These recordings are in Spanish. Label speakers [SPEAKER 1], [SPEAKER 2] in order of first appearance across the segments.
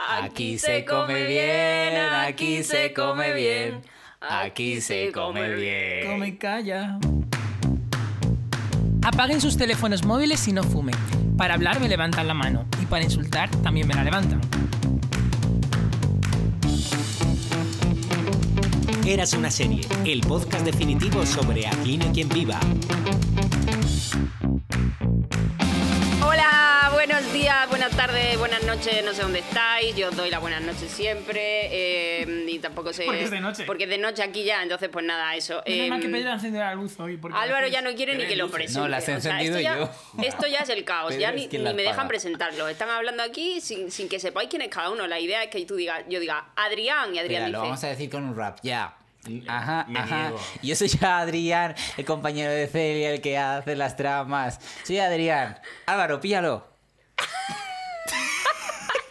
[SPEAKER 1] Aquí se come bien, aquí se come bien, aquí se come bien.
[SPEAKER 2] Come calla.
[SPEAKER 3] Apaguen sus teléfonos móviles y no fumen. Para hablar me levantan la mano y para insultar también me la levantan.
[SPEAKER 4] Eras una serie, el podcast definitivo sobre Aquí no hay quien viva.
[SPEAKER 1] Hola, buenos días, buenas tardes, buenas noches, no sé dónde estáis, yo os doy las buenas noches siempre eh, y tampoco sé...
[SPEAKER 2] Porque es de noche.
[SPEAKER 1] Porque es de noche aquí ya, entonces pues nada, eso.
[SPEAKER 2] Menos mal que
[SPEAKER 1] em,
[SPEAKER 2] Pedro ha encendido la luz hoy. porque
[SPEAKER 1] Álvaro ya no
[SPEAKER 2] entonces-
[SPEAKER 1] quiere ni que lo presente.
[SPEAKER 5] No, las he encendido
[SPEAKER 1] esto, ya,
[SPEAKER 5] yo.
[SPEAKER 1] esto ya es el caos.
[SPEAKER 5] Pedro
[SPEAKER 1] ya
[SPEAKER 5] es
[SPEAKER 1] ni,
[SPEAKER 5] quien
[SPEAKER 1] ni
[SPEAKER 5] las
[SPEAKER 1] me dejan
[SPEAKER 5] paga.
[SPEAKER 1] presentarlo. Están hablando aquí sin, sin que sepáis quién es cada uno. La idea es que tú digas, yo diga Adrián y Adrián
[SPEAKER 5] Mira, lo vamos
[SPEAKER 1] dice.
[SPEAKER 5] a decir con un rap, ya. Ajá,
[SPEAKER 6] me
[SPEAKER 5] ajá.
[SPEAKER 6] niego.
[SPEAKER 5] Yo soy ya Adrián, el compañero de Celia, el que hace las tramas. Soy Adrián. Álvaro, píllalo.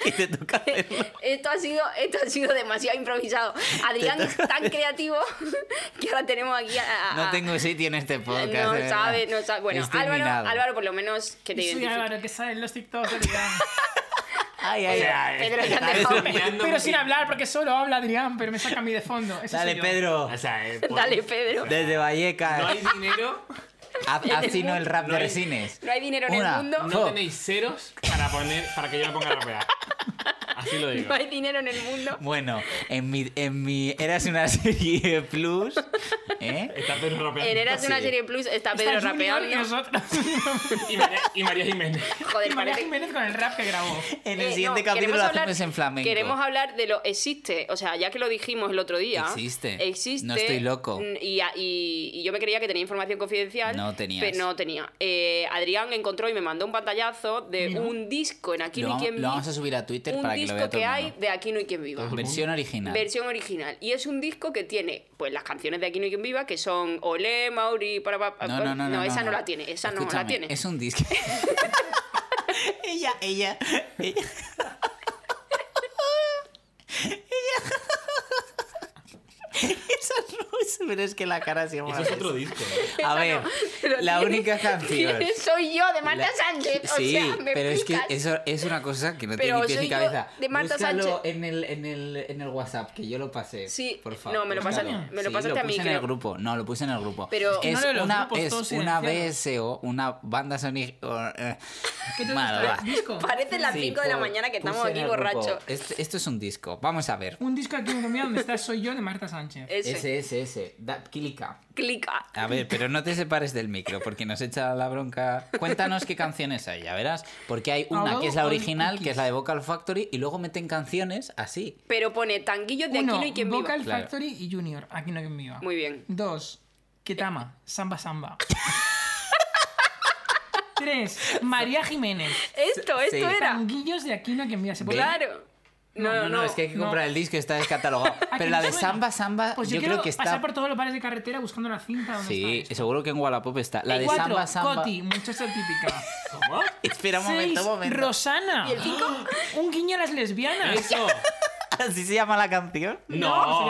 [SPEAKER 5] y te toca hacerlo.
[SPEAKER 1] Esto ha sido, esto ha sido demasiado improvisado. Adrián es tan creativo que ahora tenemos aquí a. a-
[SPEAKER 5] No
[SPEAKER 1] a-
[SPEAKER 5] tengo sitio en este podcast.
[SPEAKER 1] Ah. no
[SPEAKER 5] de verdad.
[SPEAKER 1] sabe, no sabe. Bueno,
[SPEAKER 5] Estoy
[SPEAKER 1] Álvaro,
[SPEAKER 5] minado.
[SPEAKER 1] Álvaro, por lo menos que te
[SPEAKER 2] Soy
[SPEAKER 1] identifique.
[SPEAKER 2] Álvaro, que sale en los TikToks de Adrián.
[SPEAKER 5] Ay, ay, ay.
[SPEAKER 1] Pedro, te han
[SPEAKER 6] Estás
[SPEAKER 1] dejado.
[SPEAKER 6] dominando
[SPEAKER 2] pero
[SPEAKER 6] mi-
[SPEAKER 2] sin hablar, porque solo habla Adrián, pero me saca a mí de fondo. Ese
[SPEAKER 5] Dale,
[SPEAKER 2] soy yo.
[SPEAKER 5] Pedro.
[SPEAKER 6] O sea, eh, pues,
[SPEAKER 1] Dale, Pedro.
[SPEAKER 5] Desde Vallecas.
[SPEAKER 6] No hay dinero,
[SPEAKER 5] Haz, haz sino el rap
[SPEAKER 6] No
[SPEAKER 5] de
[SPEAKER 6] hay-
[SPEAKER 5] Resines.
[SPEAKER 1] No hay dinero en el
[SPEAKER 5] Una.
[SPEAKER 1] mundo.
[SPEAKER 6] no
[SPEAKER 5] Oh.
[SPEAKER 6] tenéis ceros para poner para que yo me ponga a rapear. Así lo digo.
[SPEAKER 1] No hay dinero en el mundo.
[SPEAKER 5] Bueno, en mi, en mi Eras una serie plus, ¿eh?
[SPEAKER 6] Está Pedro rapeando.
[SPEAKER 1] En Eras una
[SPEAKER 6] Sí.
[SPEAKER 1] serie plus está
[SPEAKER 2] Está
[SPEAKER 1] Pedro
[SPEAKER 2] Junior
[SPEAKER 1] rapeando.
[SPEAKER 2] Y nosotros.
[SPEAKER 6] Y María, y María Jiménez.
[SPEAKER 1] Joder,
[SPEAKER 2] y María
[SPEAKER 1] parece-
[SPEAKER 2] Jiménez con el rap que grabó.
[SPEAKER 5] En
[SPEAKER 1] Eh,
[SPEAKER 5] el
[SPEAKER 1] no,
[SPEAKER 5] siguiente capítulo
[SPEAKER 1] queremos
[SPEAKER 5] lo
[SPEAKER 1] hablar-
[SPEAKER 5] hacemos en flamenco.
[SPEAKER 1] Queremos hablar de lo existe, o sea, ya que lo dijimos el otro día.
[SPEAKER 5] Existe.
[SPEAKER 1] Existe.
[SPEAKER 5] No estoy loco.
[SPEAKER 1] mm, Y, a- y- y yo me creía que tenía información confidencial.
[SPEAKER 5] No tenías.
[SPEAKER 1] Pero no tenía. Eh, Adrián encontró y me mandó un pantallazo de un disco en Aquí
[SPEAKER 5] Lo
[SPEAKER 1] no hay
[SPEAKER 5] vamos-
[SPEAKER 1] quien
[SPEAKER 5] lo
[SPEAKER 1] viva.
[SPEAKER 5] vamos a subir a Twitter
[SPEAKER 1] un
[SPEAKER 5] para que lo
[SPEAKER 1] disco
[SPEAKER 5] vea todo el
[SPEAKER 1] hay
[SPEAKER 5] mundo.
[SPEAKER 1] de Aquí no hay quien viva.
[SPEAKER 5] Versión original.
[SPEAKER 1] Versión original. Y es un disco que tiene, pues, las canciones de Aquí no hay quien viva, que son Olé, Mauri, para, para,
[SPEAKER 5] No, no, no, no.
[SPEAKER 1] esa no, la tiene, esa no la
[SPEAKER 5] Escúchame,
[SPEAKER 1] tiene.
[SPEAKER 5] Es un disco. ella, ella, ella. Ella. Esa no es, pero es que la cara se
[SPEAKER 6] Eso es otro disco. ¿eh?
[SPEAKER 5] A ver,
[SPEAKER 1] Pero
[SPEAKER 5] la
[SPEAKER 1] tiene-
[SPEAKER 5] única canción.
[SPEAKER 1] tiene Soy yo, de Marta
[SPEAKER 5] La-
[SPEAKER 1] Sánchez.
[SPEAKER 5] Sí,
[SPEAKER 1] o sea, me
[SPEAKER 5] pero es que
[SPEAKER 1] picas.
[SPEAKER 5] eso es una cosa que no
[SPEAKER 1] Pero
[SPEAKER 5] tiene ni pies
[SPEAKER 1] soy
[SPEAKER 5] ni
[SPEAKER 1] yo
[SPEAKER 5] cabeza.
[SPEAKER 1] de Marta
[SPEAKER 5] Búscalo
[SPEAKER 1] Sánchez.
[SPEAKER 5] En el, en, el, en el WhatsApp, que yo lo pasé.
[SPEAKER 1] Sí,
[SPEAKER 5] por favor.
[SPEAKER 1] no, me lo
[SPEAKER 5] búscalo.
[SPEAKER 1] pasaste- me lo
[SPEAKER 5] Sí,
[SPEAKER 1] pasaste a mí,
[SPEAKER 5] puse en
[SPEAKER 1] creo.
[SPEAKER 5] el grupo. No, lo puse en el grupo.
[SPEAKER 1] Pero- Es que
[SPEAKER 5] es
[SPEAKER 2] uno de los
[SPEAKER 5] una,
[SPEAKER 2] grupos
[SPEAKER 5] es
[SPEAKER 2] todos
[SPEAKER 5] una BSO,
[SPEAKER 2] silenciados.
[SPEAKER 5] una banda sonic. o- eh,
[SPEAKER 2] ¿Qué te
[SPEAKER 1] Ah,
[SPEAKER 5] Vale,
[SPEAKER 2] gusta?
[SPEAKER 5] va.
[SPEAKER 2] ¿Disco?
[SPEAKER 1] Parece las
[SPEAKER 5] Sí,
[SPEAKER 1] 5 de Este la
[SPEAKER 5] por-
[SPEAKER 1] mañana que estamos
[SPEAKER 5] puse
[SPEAKER 1] aquí
[SPEAKER 5] en el grupo.
[SPEAKER 1] borrachos.
[SPEAKER 5] Este- esto es un disco. Vamos a ver.
[SPEAKER 2] Un disco aquí en Colombia donde está Soy yo de Marta Sánchez.
[SPEAKER 1] Ese.
[SPEAKER 5] Ese, ese, ese. Da- clica.
[SPEAKER 1] Clica.
[SPEAKER 5] A ver, pero no te separes del micro porque nos echa la bronca. Cuéntanos qué canciones hay, ya verás. Porque hay una
[SPEAKER 2] Hello,
[SPEAKER 5] que es la
[SPEAKER 2] all
[SPEAKER 5] original, que es
[SPEAKER 2] cookies.
[SPEAKER 5] la de Vocal Factory, y luego meten canciones así.
[SPEAKER 1] Pero pone tanguillos de
[SPEAKER 2] Uno,
[SPEAKER 1] Aquino y quien viva.
[SPEAKER 2] Vocal
[SPEAKER 5] Claro.
[SPEAKER 2] Factory y Junior. Aquí no hay quien viva.
[SPEAKER 1] Muy bien.
[SPEAKER 2] Dos, Ketama. Samba Samba. Tres, María Jiménez.
[SPEAKER 1] Esto,
[SPEAKER 5] Sí.
[SPEAKER 1] esto era.
[SPEAKER 2] Tanguillos de Aquino que envía. ¿Se puede?
[SPEAKER 1] Claro. No, no, no.
[SPEAKER 5] es que hay que
[SPEAKER 2] no.
[SPEAKER 5] comprar el disco, está descatalogado.
[SPEAKER 2] ¿A
[SPEAKER 5] Pero
[SPEAKER 2] quién
[SPEAKER 5] la
[SPEAKER 2] te
[SPEAKER 5] de
[SPEAKER 2] suena?
[SPEAKER 5] Samba Samba,
[SPEAKER 2] Pues
[SPEAKER 5] yo, creo que está.
[SPEAKER 2] pasar por todos los bares de carretera buscando una cinta. ¿dónde
[SPEAKER 5] Sí,
[SPEAKER 2] está esto?
[SPEAKER 5] seguro que en Wallapop está. La
[SPEAKER 2] Y
[SPEAKER 5] de
[SPEAKER 2] cuatro,
[SPEAKER 5] Samba Samba.
[SPEAKER 2] Coti, muchacha típica.
[SPEAKER 6] ¿Cómo?
[SPEAKER 5] Espera un momento, un
[SPEAKER 2] Seis,
[SPEAKER 5] momento.
[SPEAKER 2] Rosana. Un guiño a las lesbianas.
[SPEAKER 6] Eso.
[SPEAKER 5] ¿Así se llama la canción?
[SPEAKER 6] No.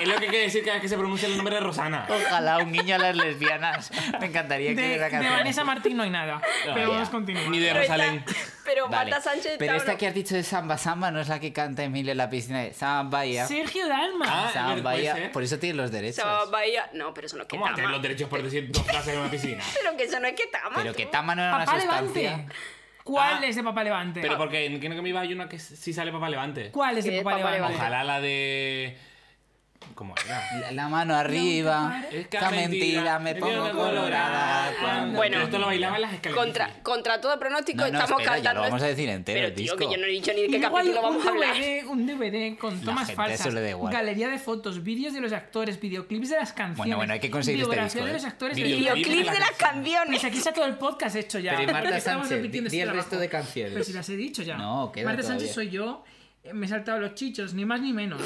[SPEAKER 6] Es lo que quiere decir cada vez que se pronuncia el nombre de Rosana.
[SPEAKER 5] Ojalá un guiño a las lesbianas. Me encantaría
[SPEAKER 2] De,
[SPEAKER 5] que hubiera
[SPEAKER 2] de
[SPEAKER 5] canción.
[SPEAKER 2] Vanessa Martín no hay nada. pero vamos a continuar.
[SPEAKER 6] Ni de
[SPEAKER 1] Pero, está-
[SPEAKER 6] Rosalén.
[SPEAKER 1] pero
[SPEAKER 5] Vale.
[SPEAKER 1] Marta Sánchez
[SPEAKER 5] Pero
[SPEAKER 1] está-
[SPEAKER 5] esta que has dicho de Samba Samba no es la que canta Emilio en la piscina de Samba ya.
[SPEAKER 2] Sergio Dalma.
[SPEAKER 6] Ah,
[SPEAKER 5] Samba
[SPEAKER 6] pero puede
[SPEAKER 5] ya.
[SPEAKER 6] ser.
[SPEAKER 5] Por eso tiene los derechos.
[SPEAKER 1] estaba Bahía- No, pero eso no es
[SPEAKER 6] ¿Cómo va a tener
[SPEAKER 1] Ketama.
[SPEAKER 6] los derechos por decir dos frases en una piscina?
[SPEAKER 1] Pero que eso no es Ketama.
[SPEAKER 5] Pero que
[SPEAKER 1] Ah, tú.
[SPEAKER 5] Tama no era una
[SPEAKER 2] Papá
[SPEAKER 5] sustancia.
[SPEAKER 2] Levante. ¿Cuál
[SPEAKER 6] Ah,
[SPEAKER 2] es de Papá Levante?
[SPEAKER 6] Pero porque en que no que me iba hay una que sí sale Papá Levante.
[SPEAKER 2] ¿Cuál es
[SPEAKER 1] ¿Qué
[SPEAKER 2] de
[SPEAKER 1] es
[SPEAKER 2] Papá,
[SPEAKER 1] Papá
[SPEAKER 2] Levante?
[SPEAKER 1] Levante?
[SPEAKER 6] Ojalá la de. ¿Cómo era?
[SPEAKER 5] La, la mano arriba.
[SPEAKER 2] Nunca
[SPEAKER 5] Esta mentira me pongo colorada. cuando-
[SPEAKER 1] Bueno.
[SPEAKER 6] Pero esto lo bailaba en las escaleras.
[SPEAKER 1] Contra, contra todo pronóstico
[SPEAKER 5] No, no,
[SPEAKER 1] estamos
[SPEAKER 5] espera, ya
[SPEAKER 1] cantando.
[SPEAKER 5] lo vamos a decir entero
[SPEAKER 1] pero
[SPEAKER 5] el
[SPEAKER 1] tío,
[SPEAKER 5] disco.
[SPEAKER 1] que yo no he dicho ni de
[SPEAKER 2] Y
[SPEAKER 1] qué
[SPEAKER 2] luego hay
[SPEAKER 1] capítulo vamos a
[SPEAKER 2] un
[SPEAKER 1] hablar.
[SPEAKER 2] DVD, un DVD con tomas
[SPEAKER 5] gente
[SPEAKER 2] falsas,
[SPEAKER 5] se le da igual.
[SPEAKER 2] galería de fotos, vídeos de los actores, videoclips de las canciones,
[SPEAKER 5] bueno, hay que conseguir este
[SPEAKER 2] biografía
[SPEAKER 5] disco,
[SPEAKER 2] de
[SPEAKER 5] ¿eh?
[SPEAKER 2] los actores,
[SPEAKER 6] Video-
[SPEAKER 2] videoclips.
[SPEAKER 1] Videoclip de las
[SPEAKER 2] Pues
[SPEAKER 1] canciones.
[SPEAKER 2] aquí está todo el podcast hecho ya.
[SPEAKER 5] Pero y Marta
[SPEAKER 2] porque estamos
[SPEAKER 5] Sánchez,
[SPEAKER 2] repitiendo
[SPEAKER 5] di- di
[SPEAKER 2] este
[SPEAKER 5] el
[SPEAKER 2] trabajo.
[SPEAKER 5] resto de canciones.
[SPEAKER 2] Pero si las he dicho ya.
[SPEAKER 5] No, queda
[SPEAKER 2] Marta
[SPEAKER 5] todavía.
[SPEAKER 2] Sánchez soy yo, eh, me he saltado los chichos, ni más ni menos.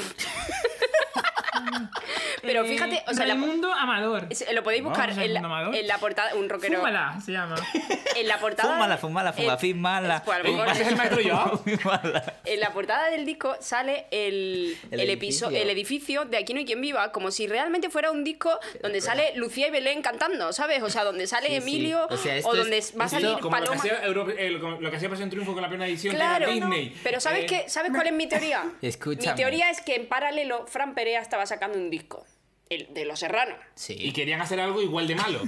[SPEAKER 1] Pero fíjate, o sea, la-
[SPEAKER 2] Raimundo Amador.
[SPEAKER 1] Es- Lo podéis buscar
[SPEAKER 2] Vamos a
[SPEAKER 1] en,
[SPEAKER 2] Raimundo
[SPEAKER 1] la,
[SPEAKER 2] Amador.
[SPEAKER 1] en la portada, un rockero.
[SPEAKER 2] Fúmala, se llama.
[SPEAKER 1] En la portada.
[SPEAKER 5] Fúmala, fúmala, fuma,
[SPEAKER 1] en-
[SPEAKER 5] fímala.
[SPEAKER 1] Pues, a lo mejor-
[SPEAKER 6] ¿Ese es el maestro yo?
[SPEAKER 5] Fímala.
[SPEAKER 1] En la portada del disco sale el,
[SPEAKER 5] El
[SPEAKER 1] el,
[SPEAKER 5] edificio.
[SPEAKER 1] episo- el edificio de Aquí no hay quien viva, como si realmente fuera un disco donde sale Lucía y Belén cantando, ¿sabes? O sea, donde sale
[SPEAKER 5] Sí, sí.
[SPEAKER 1] Emilio
[SPEAKER 5] O sea, esto
[SPEAKER 1] o
[SPEAKER 5] es-
[SPEAKER 1] donde va a
[SPEAKER 5] esto-
[SPEAKER 1] salir
[SPEAKER 6] Como lo que,
[SPEAKER 1] Paloma.
[SPEAKER 6] hacía Euro- el- como lo que hacía Pasión Triunfo con la primera edición
[SPEAKER 1] Claro,
[SPEAKER 6] que era Disney.
[SPEAKER 1] pero ¿sabes
[SPEAKER 6] Eh,
[SPEAKER 1] qué? ¿Sabes cuál es mi teoría?
[SPEAKER 5] Escúchame.
[SPEAKER 1] Mi teoría es que en paralelo Fran Perea estaba sacando un disco, el de Los Serranos.
[SPEAKER 5] Sí.
[SPEAKER 6] Y querían hacer algo igual de malo.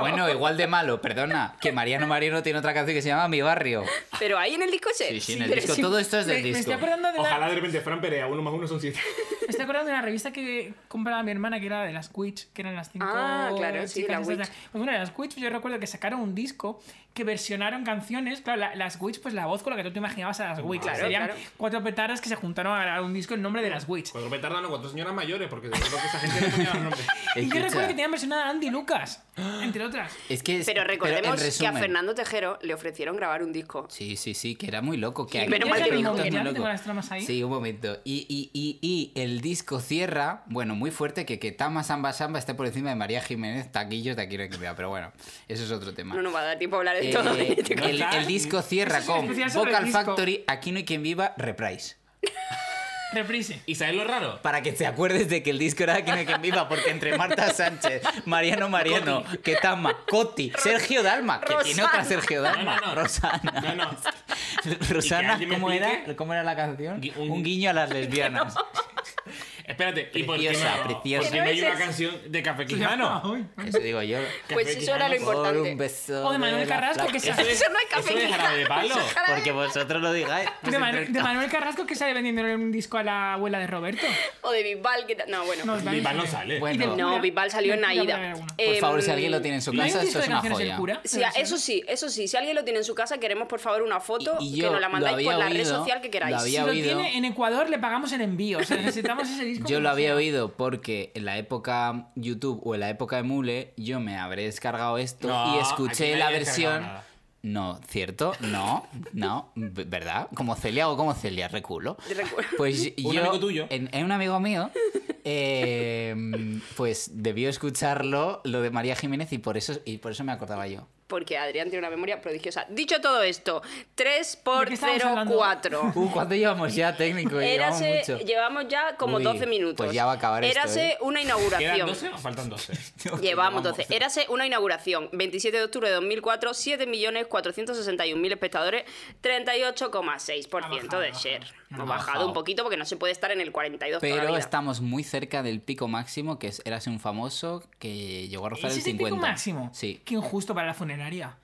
[SPEAKER 5] Bueno, igual de malo, perdona. Que Mariano Mariano tiene otra canción que se llama Mi Barrio.
[SPEAKER 1] Pero ahí en el disco ese.
[SPEAKER 5] Sí, sí, en el
[SPEAKER 1] pero
[SPEAKER 5] disco.
[SPEAKER 1] sí.
[SPEAKER 5] Todo esto es
[SPEAKER 2] Me,
[SPEAKER 5] del
[SPEAKER 2] me
[SPEAKER 5] disco.
[SPEAKER 2] estoy acordando de la,
[SPEAKER 6] Ojalá de repente Fran Perea, uno más uno son siete.
[SPEAKER 2] Me estoy acordando de una revista que compraba mi hermana, que era de las Witch, que eran las cinco.
[SPEAKER 1] Ah, claro, sí,
[SPEAKER 2] chicas
[SPEAKER 1] la
[SPEAKER 2] estas
[SPEAKER 1] Witch.
[SPEAKER 2] de- Pues bueno, las Witch, yo recuerdo que sacaron un disco que versionaron canciones. Claro, la- las Witch, pues la voz con la que tú te imaginabas a las Witch.
[SPEAKER 1] Claro,
[SPEAKER 2] Serían
[SPEAKER 1] claro.
[SPEAKER 2] cuatro petardas que se juntaron a grabar un disco en nombre de las Witch.
[SPEAKER 5] Pues,
[SPEAKER 6] Cuatro petardas, no, cuatro señoras mayores, porque seguro que esa gente no tenía los nombres.
[SPEAKER 2] Y yo
[SPEAKER 5] Escucha,
[SPEAKER 2] recuerdo que tenían versionada a Andy Lucas, entre otras.
[SPEAKER 5] Es que es-
[SPEAKER 1] Pero
[SPEAKER 5] en
[SPEAKER 1] recordemos que a
[SPEAKER 5] resumen-
[SPEAKER 1] Fernando Tejero le ofrecieron grabar un disco.
[SPEAKER 5] Sí, sí, sí, que era muy loco. Que
[SPEAKER 1] Sí,
[SPEAKER 5] aquí-
[SPEAKER 1] menos mal
[SPEAKER 5] que
[SPEAKER 1] que dijo
[SPEAKER 5] esto es
[SPEAKER 1] que
[SPEAKER 5] muy
[SPEAKER 2] no.
[SPEAKER 5] loco.
[SPEAKER 2] Tengo las tramas ahí.
[SPEAKER 5] Sí, un momento. Y, y, y, y el disco cierra, bueno, muy fuerte, que, que Tama Samba Samba está por encima de María Jiménez, taquillos de aquí no hay que ver, pero bueno, eso es otro tema.
[SPEAKER 1] No nos va a dar tiempo a hablar de
[SPEAKER 5] Eh,
[SPEAKER 1] todo.
[SPEAKER 5] el, el disco cierra
[SPEAKER 2] Eso es
[SPEAKER 5] con
[SPEAKER 2] especial sobre el
[SPEAKER 5] Vocal
[SPEAKER 2] disco.
[SPEAKER 5] Factory, Aquí no hay quien viva, reprise.
[SPEAKER 2] Reprise.
[SPEAKER 6] ¿Y sabes lo raro?
[SPEAKER 5] Para que te acuerdes de que el disco era Aquí no hay quien viva, porque entre Marta Sánchez, Mariano Mariano, Ketama, Coti, Sergio Dalma, que tiene otra
[SPEAKER 1] Rosana.
[SPEAKER 5] Sergio Dalma,
[SPEAKER 6] No, no, no.
[SPEAKER 5] Rosana.
[SPEAKER 6] No, no. Y que
[SPEAKER 5] Rosana,
[SPEAKER 6] alguien me
[SPEAKER 5] ¿cómo
[SPEAKER 6] explique.
[SPEAKER 5] era, ¿cómo era la canción?
[SPEAKER 6] Gui-
[SPEAKER 5] un,
[SPEAKER 6] un-
[SPEAKER 5] guiño a las lesbianas.
[SPEAKER 6] Espérate, ¿y por qué
[SPEAKER 5] Preciosa,
[SPEAKER 6] no,
[SPEAKER 5] preciosa.
[SPEAKER 6] por qué
[SPEAKER 1] Que no
[SPEAKER 6] no hay
[SPEAKER 1] es
[SPEAKER 6] una
[SPEAKER 1] eso.
[SPEAKER 6] canción de Café Quijano?
[SPEAKER 2] Ay.
[SPEAKER 5] Eso digo yo.
[SPEAKER 1] Pues eso era lo
[SPEAKER 5] Por un
[SPEAKER 1] importante.
[SPEAKER 5] beso.
[SPEAKER 2] O Oh, de Manuel
[SPEAKER 5] la
[SPEAKER 2] Carrasco,
[SPEAKER 5] flaca.
[SPEAKER 2] que se
[SPEAKER 6] Eso es,
[SPEAKER 1] Eso no hay café
[SPEAKER 6] eso es
[SPEAKER 1] Quijano,
[SPEAKER 6] jarabe de palo.
[SPEAKER 1] eso es jarabe.
[SPEAKER 5] Porque vosotros lo digáis. pues
[SPEAKER 2] De, Manu-
[SPEAKER 5] entre-
[SPEAKER 2] de Manuel Carrasco, que sale vendiéndole un disco a la abuela de Roberto.
[SPEAKER 1] O de Bisbal, que ta- No, bueno.
[SPEAKER 2] No,
[SPEAKER 1] No,
[SPEAKER 2] es
[SPEAKER 6] Y Iván no sale.
[SPEAKER 5] Bueno.
[SPEAKER 2] Cura.
[SPEAKER 1] Bisbal salió en
[SPEAKER 2] Del Cura puede
[SPEAKER 1] Aida.
[SPEAKER 2] haber alguna.
[SPEAKER 5] Por
[SPEAKER 1] Em,
[SPEAKER 5] favor, si alguien lo tiene en su
[SPEAKER 2] ¿No hay un
[SPEAKER 5] casa, eso
[SPEAKER 2] disco de
[SPEAKER 5] es una
[SPEAKER 2] canciones del
[SPEAKER 5] joya.
[SPEAKER 2] Cura?
[SPEAKER 1] Sí, a- eso sí, eso sí. Si alguien lo tiene en su casa, queremos por favor una foto
[SPEAKER 5] Y- y
[SPEAKER 1] que
[SPEAKER 5] yo
[SPEAKER 1] nos la
[SPEAKER 5] lo
[SPEAKER 1] mandáis
[SPEAKER 5] había
[SPEAKER 1] por la red
[SPEAKER 5] oído,
[SPEAKER 1] social que queráis.
[SPEAKER 5] lo había-
[SPEAKER 2] Si lo
[SPEAKER 5] oído.
[SPEAKER 2] tiene en Ecuador, le pagamos el envío. O sea, necesitamos ese disco.
[SPEAKER 5] Yo
[SPEAKER 2] como
[SPEAKER 5] lo había
[SPEAKER 2] sea.
[SPEAKER 5] oído porque en la época YouTube o en la época de Mule, yo me habré descargado esto
[SPEAKER 6] No,
[SPEAKER 5] y
[SPEAKER 6] aquí
[SPEAKER 5] escuché
[SPEAKER 6] nadie
[SPEAKER 5] la
[SPEAKER 6] ha descargado
[SPEAKER 5] versión.
[SPEAKER 6] nada.
[SPEAKER 5] No, ¿cierto? No, no, v- ¿verdad? Como Celia o como Celia, reculo.
[SPEAKER 1] Reculo.
[SPEAKER 5] Pues yo,
[SPEAKER 6] Un amigo tuyo.
[SPEAKER 5] En, en un amigo mío, eh, pues debió escucharlo lo de María Jiménez y por eso, y por eso me acordaba yo.
[SPEAKER 1] Porque Adrián tiene una memoria prodigiosa. Dicho todo esto, 3
[SPEAKER 2] ¿De
[SPEAKER 1] por
[SPEAKER 2] qué estamos hablando?
[SPEAKER 1] 04
[SPEAKER 5] Uh, ¿cuánto llevamos ya, técnico? Llevamos
[SPEAKER 1] Érase,
[SPEAKER 5] mucho.
[SPEAKER 1] llevamos ya como
[SPEAKER 5] Uy,
[SPEAKER 1] 12 minutos.
[SPEAKER 5] pues ya va a acabar esto,
[SPEAKER 1] Érase
[SPEAKER 5] ¿eh?
[SPEAKER 1] una
[SPEAKER 6] ¿Quedan
[SPEAKER 1] inauguración.
[SPEAKER 6] 12 o faltan 12?
[SPEAKER 1] Llevamos 12. Érase una inauguración. 27 de octubre de 2004, 7.461.000 espectadores, 38,6% de share. Hemos bajado,
[SPEAKER 5] bajado.
[SPEAKER 1] un poquito porque no se puede estar en el 42 toda la
[SPEAKER 5] Pero
[SPEAKER 1] vida.
[SPEAKER 5] estamos muy cerca del pico máximo, que es Érase un famoso que llegó a rozar
[SPEAKER 2] Ese
[SPEAKER 5] el
[SPEAKER 2] es el pico
[SPEAKER 5] 50.
[SPEAKER 2] máximo.
[SPEAKER 5] Sí.
[SPEAKER 2] Qué injusto para la funeraria.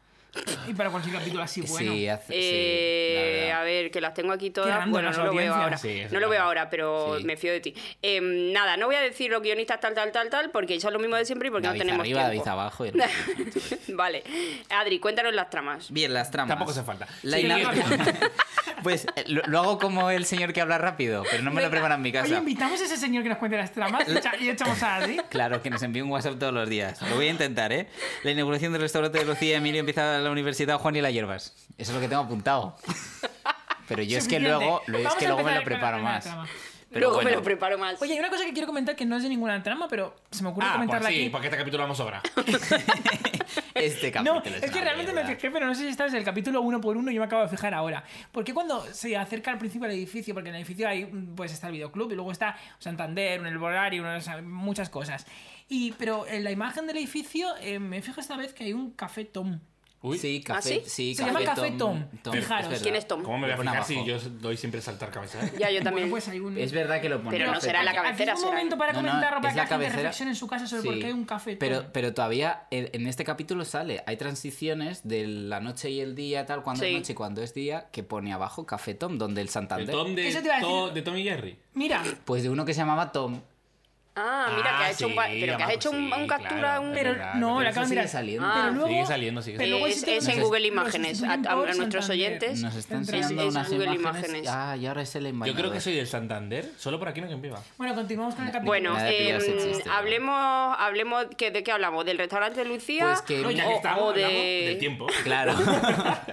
[SPEAKER 2] Y para cualquier capítulo así bueno.
[SPEAKER 5] Sí, hace,
[SPEAKER 1] Eh,
[SPEAKER 5] sí, la
[SPEAKER 1] a
[SPEAKER 5] verdad.
[SPEAKER 1] ver, que las tengo aquí
[SPEAKER 2] Qué
[SPEAKER 1] todas.
[SPEAKER 2] random
[SPEAKER 1] Bueno,
[SPEAKER 2] las
[SPEAKER 1] no lo veo
[SPEAKER 2] audiencias.
[SPEAKER 1] ahora.
[SPEAKER 6] Sí, eso
[SPEAKER 1] no lo veo
[SPEAKER 6] es verdad.
[SPEAKER 1] ahora, pero
[SPEAKER 5] Sí.
[SPEAKER 1] me fío de ti. Em, nada, no voy a decir los guionistas tal, tal, tal, tal, porque son lo mismo de siempre y porque
[SPEAKER 5] David
[SPEAKER 1] no tenemos
[SPEAKER 5] arriba,
[SPEAKER 1] tiempo.
[SPEAKER 5] David abajo. y-
[SPEAKER 1] vale. Adri, cuéntanos las tramas.
[SPEAKER 5] Bien, las tramas.
[SPEAKER 6] Tampoco hace falta.
[SPEAKER 5] La
[SPEAKER 6] Sí,
[SPEAKER 5] ina-
[SPEAKER 6] yo-
[SPEAKER 5] pues eh, lo, lo hago como el señor que habla rápido, pero no me lo preparan en mi
[SPEAKER 2] Oye,
[SPEAKER 5] casa.
[SPEAKER 2] invitamos a ese señor que nos cuente las tramas y echa- y echamos a Adri.
[SPEAKER 5] Claro, que nos envíe un WhatsApp todos los días. Lo voy a intentar, ¿eh? La inauguración del restaurante de Lucía y Emilio empieza en la Universidad Juan y las Hierbas. Eso es lo que tengo apuntado. Pero yo es que
[SPEAKER 2] Suficiente.
[SPEAKER 5] luego, lo- es
[SPEAKER 2] Vamos
[SPEAKER 5] que
[SPEAKER 2] a
[SPEAKER 5] luego me
[SPEAKER 2] empezar
[SPEAKER 5] lo preparo
[SPEAKER 2] con la primera
[SPEAKER 5] más.
[SPEAKER 2] trama.
[SPEAKER 5] Pero
[SPEAKER 1] Luego me
[SPEAKER 5] bueno.
[SPEAKER 1] lo preparo más.
[SPEAKER 2] Oye, hay una cosa que quiero comentar que no es de ninguna trama, pero se me ocurre
[SPEAKER 6] Ah, pues
[SPEAKER 2] comentarla
[SPEAKER 6] sí,
[SPEAKER 2] aquí.
[SPEAKER 6] porque este capítulo vamos sobra.
[SPEAKER 5] Este capítulo.
[SPEAKER 2] No, es que
[SPEAKER 5] una
[SPEAKER 2] realmente me
[SPEAKER 5] mierda.
[SPEAKER 2] fijé, pero no sé si está desde el capítulo uno por uno, yo me acabo de fijar ahora. Porque cuando se acerca al principio del edificio, porque en el edificio hay, mm, pues está el videoclub y luego está Santander, un el Borari, una- o sea, muchas cosas. Y, pero en la imagen del edificio eh, me fijo esta vez que hay un café Tom.
[SPEAKER 6] Uy,
[SPEAKER 5] Sí, café,
[SPEAKER 1] ¿Ah, sí?
[SPEAKER 5] sí,
[SPEAKER 2] Se llama Café Tom. Fijaros.
[SPEAKER 5] verdad.
[SPEAKER 1] ¿Quién es Tom?
[SPEAKER 6] ¿Cómo me voy
[SPEAKER 5] Lo
[SPEAKER 6] a
[SPEAKER 5] pone
[SPEAKER 6] fijar si
[SPEAKER 5] abajo.
[SPEAKER 6] yo doy siempre a saltar cabeza?
[SPEAKER 1] Ya, yo también.
[SPEAKER 2] Bueno, pues hay un...
[SPEAKER 5] Es verdad que lo pone
[SPEAKER 1] Pero no
[SPEAKER 5] Café
[SPEAKER 1] será
[SPEAKER 5] Tom.
[SPEAKER 1] la cabecera,
[SPEAKER 2] Aquí es un
[SPEAKER 1] será.
[SPEAKER 2] momento para
[SPEAKER 5] No, no,
[SPEAKER 2] comentarlo, para
[SPEAKER 5] es
[SPEAKER 2] que la,
[SPEAKER 5] la
[SPEAKER 2] gente
[SPEAKER 5] cabecera.
[SPEAKER 2] reflexione en su casa sobre
[SPEAKER 5] Sí.
[SPEAKER 2] por qué hay un café Tom.
[SPEAKER 5] Pero, pero todavía en en este capítulo sale, hay transiciones de la noche y el día, tal, cuando
[SPEAKER 1] Sí.
[SPEAKER 5] es noche y cuando es día, que pone abajo Café Tom, donde el
[SPEAKER 6] El
[SPEAKER 5] Santander.
[SPEAKER 6] Tom de,
[SPEAKER 2] Eso te iba a decir.
[SPEAKER 6] To- de Tom y Jerry.
[SPEAKER 2] Mira,
[SPEAKER 5] Pues de uno que se llamaba Tom.
[SPEAKER 1] Ah, mira, que
[SPEAKER 6] Ah,
[SPEAKER 1] has hecho un,
[SPEAKER 6] sí,
[SPEAKER 1] pa- pero que has
[SPEAKER 6] abajo,
[SPEAKER 1] hecho un,
[SPEAKER 6] sí,
[SPEAKER 1] un captura,
[SPEAKER 6] claro,
[SPEAKER 1] un...
[SPEAKER 6] es
[SPEAKER 2] pero
[SPEAKER 6] verdad,
[SPEAKER 2] no, la
[SPEAKER 6] pero
[SPEAKER 5] eso
[SPEAKER 2] acabo de
[SPEAKER 5] sigue
[SPEAKER 2] mirar.
[SPEAKER 5] saliendo.
[SPEAKER 2] Pero
[SPEAKER 1] Ah.
[SPEAKER 2] luego,
[SPEAKER 6] Sigue saliendo, sigue
[SPEAKER 2] pero luego
[SPEAKER 1] Es-
[SPEAKER 2] existen-
[SPEAKER 1] es en
[SPEAKER 2] nos
[SPEAKER 1] Google
[SPEAKER 2] sustituyen
[SPEAKER 1] Imágenes, a- a-
[SPEAKER 2] por
[SPEAKER 1] a nuestros
[SPEAKER 2] Santander.
[SPEAKER 1] oyentes.
[SPEAKER 5] Nos está
[SPEAKER 2] Entonces,
[SPEAKER 5] enseñando
[SPEAKER 1] es
[SPEAKER 5] unas
[SPEAKER 1] Google
[SPEAKER 5] imágenes.
[SPEAKER 1] Imágenes.
[SPEAKER 5] Ah, y ahora es el
[SPEAKER 6] Yo
[SPEAKER 5] envaiador.
[SPEAKER 6] creo que soy del Santander, solo por aquí no hay quien viva.
[SPEAKER 2] Bueno, continuamos con el capítulo.
[SPEAKER 1] Bueno,
[SPEAKER 5] Nada,
[SPEAKER 1] em,
[SPEAKER 5] pillas el chiste, ¿no?
[SPEAKER 1] hablemos, hablemos que- ¿de qué hablamos? ¿Del restaurante de Lucía?
[SPEAKER 5] Pues que-
[SPEAKER 6] No, ya que
[SPEAKER 1] Eh, o-
[SPEAKER 6] estamos,
[SPEAKER 1] o de-
[SPEAKER 6] hablamos del tiempo.
[SPEAKER 5] Claro.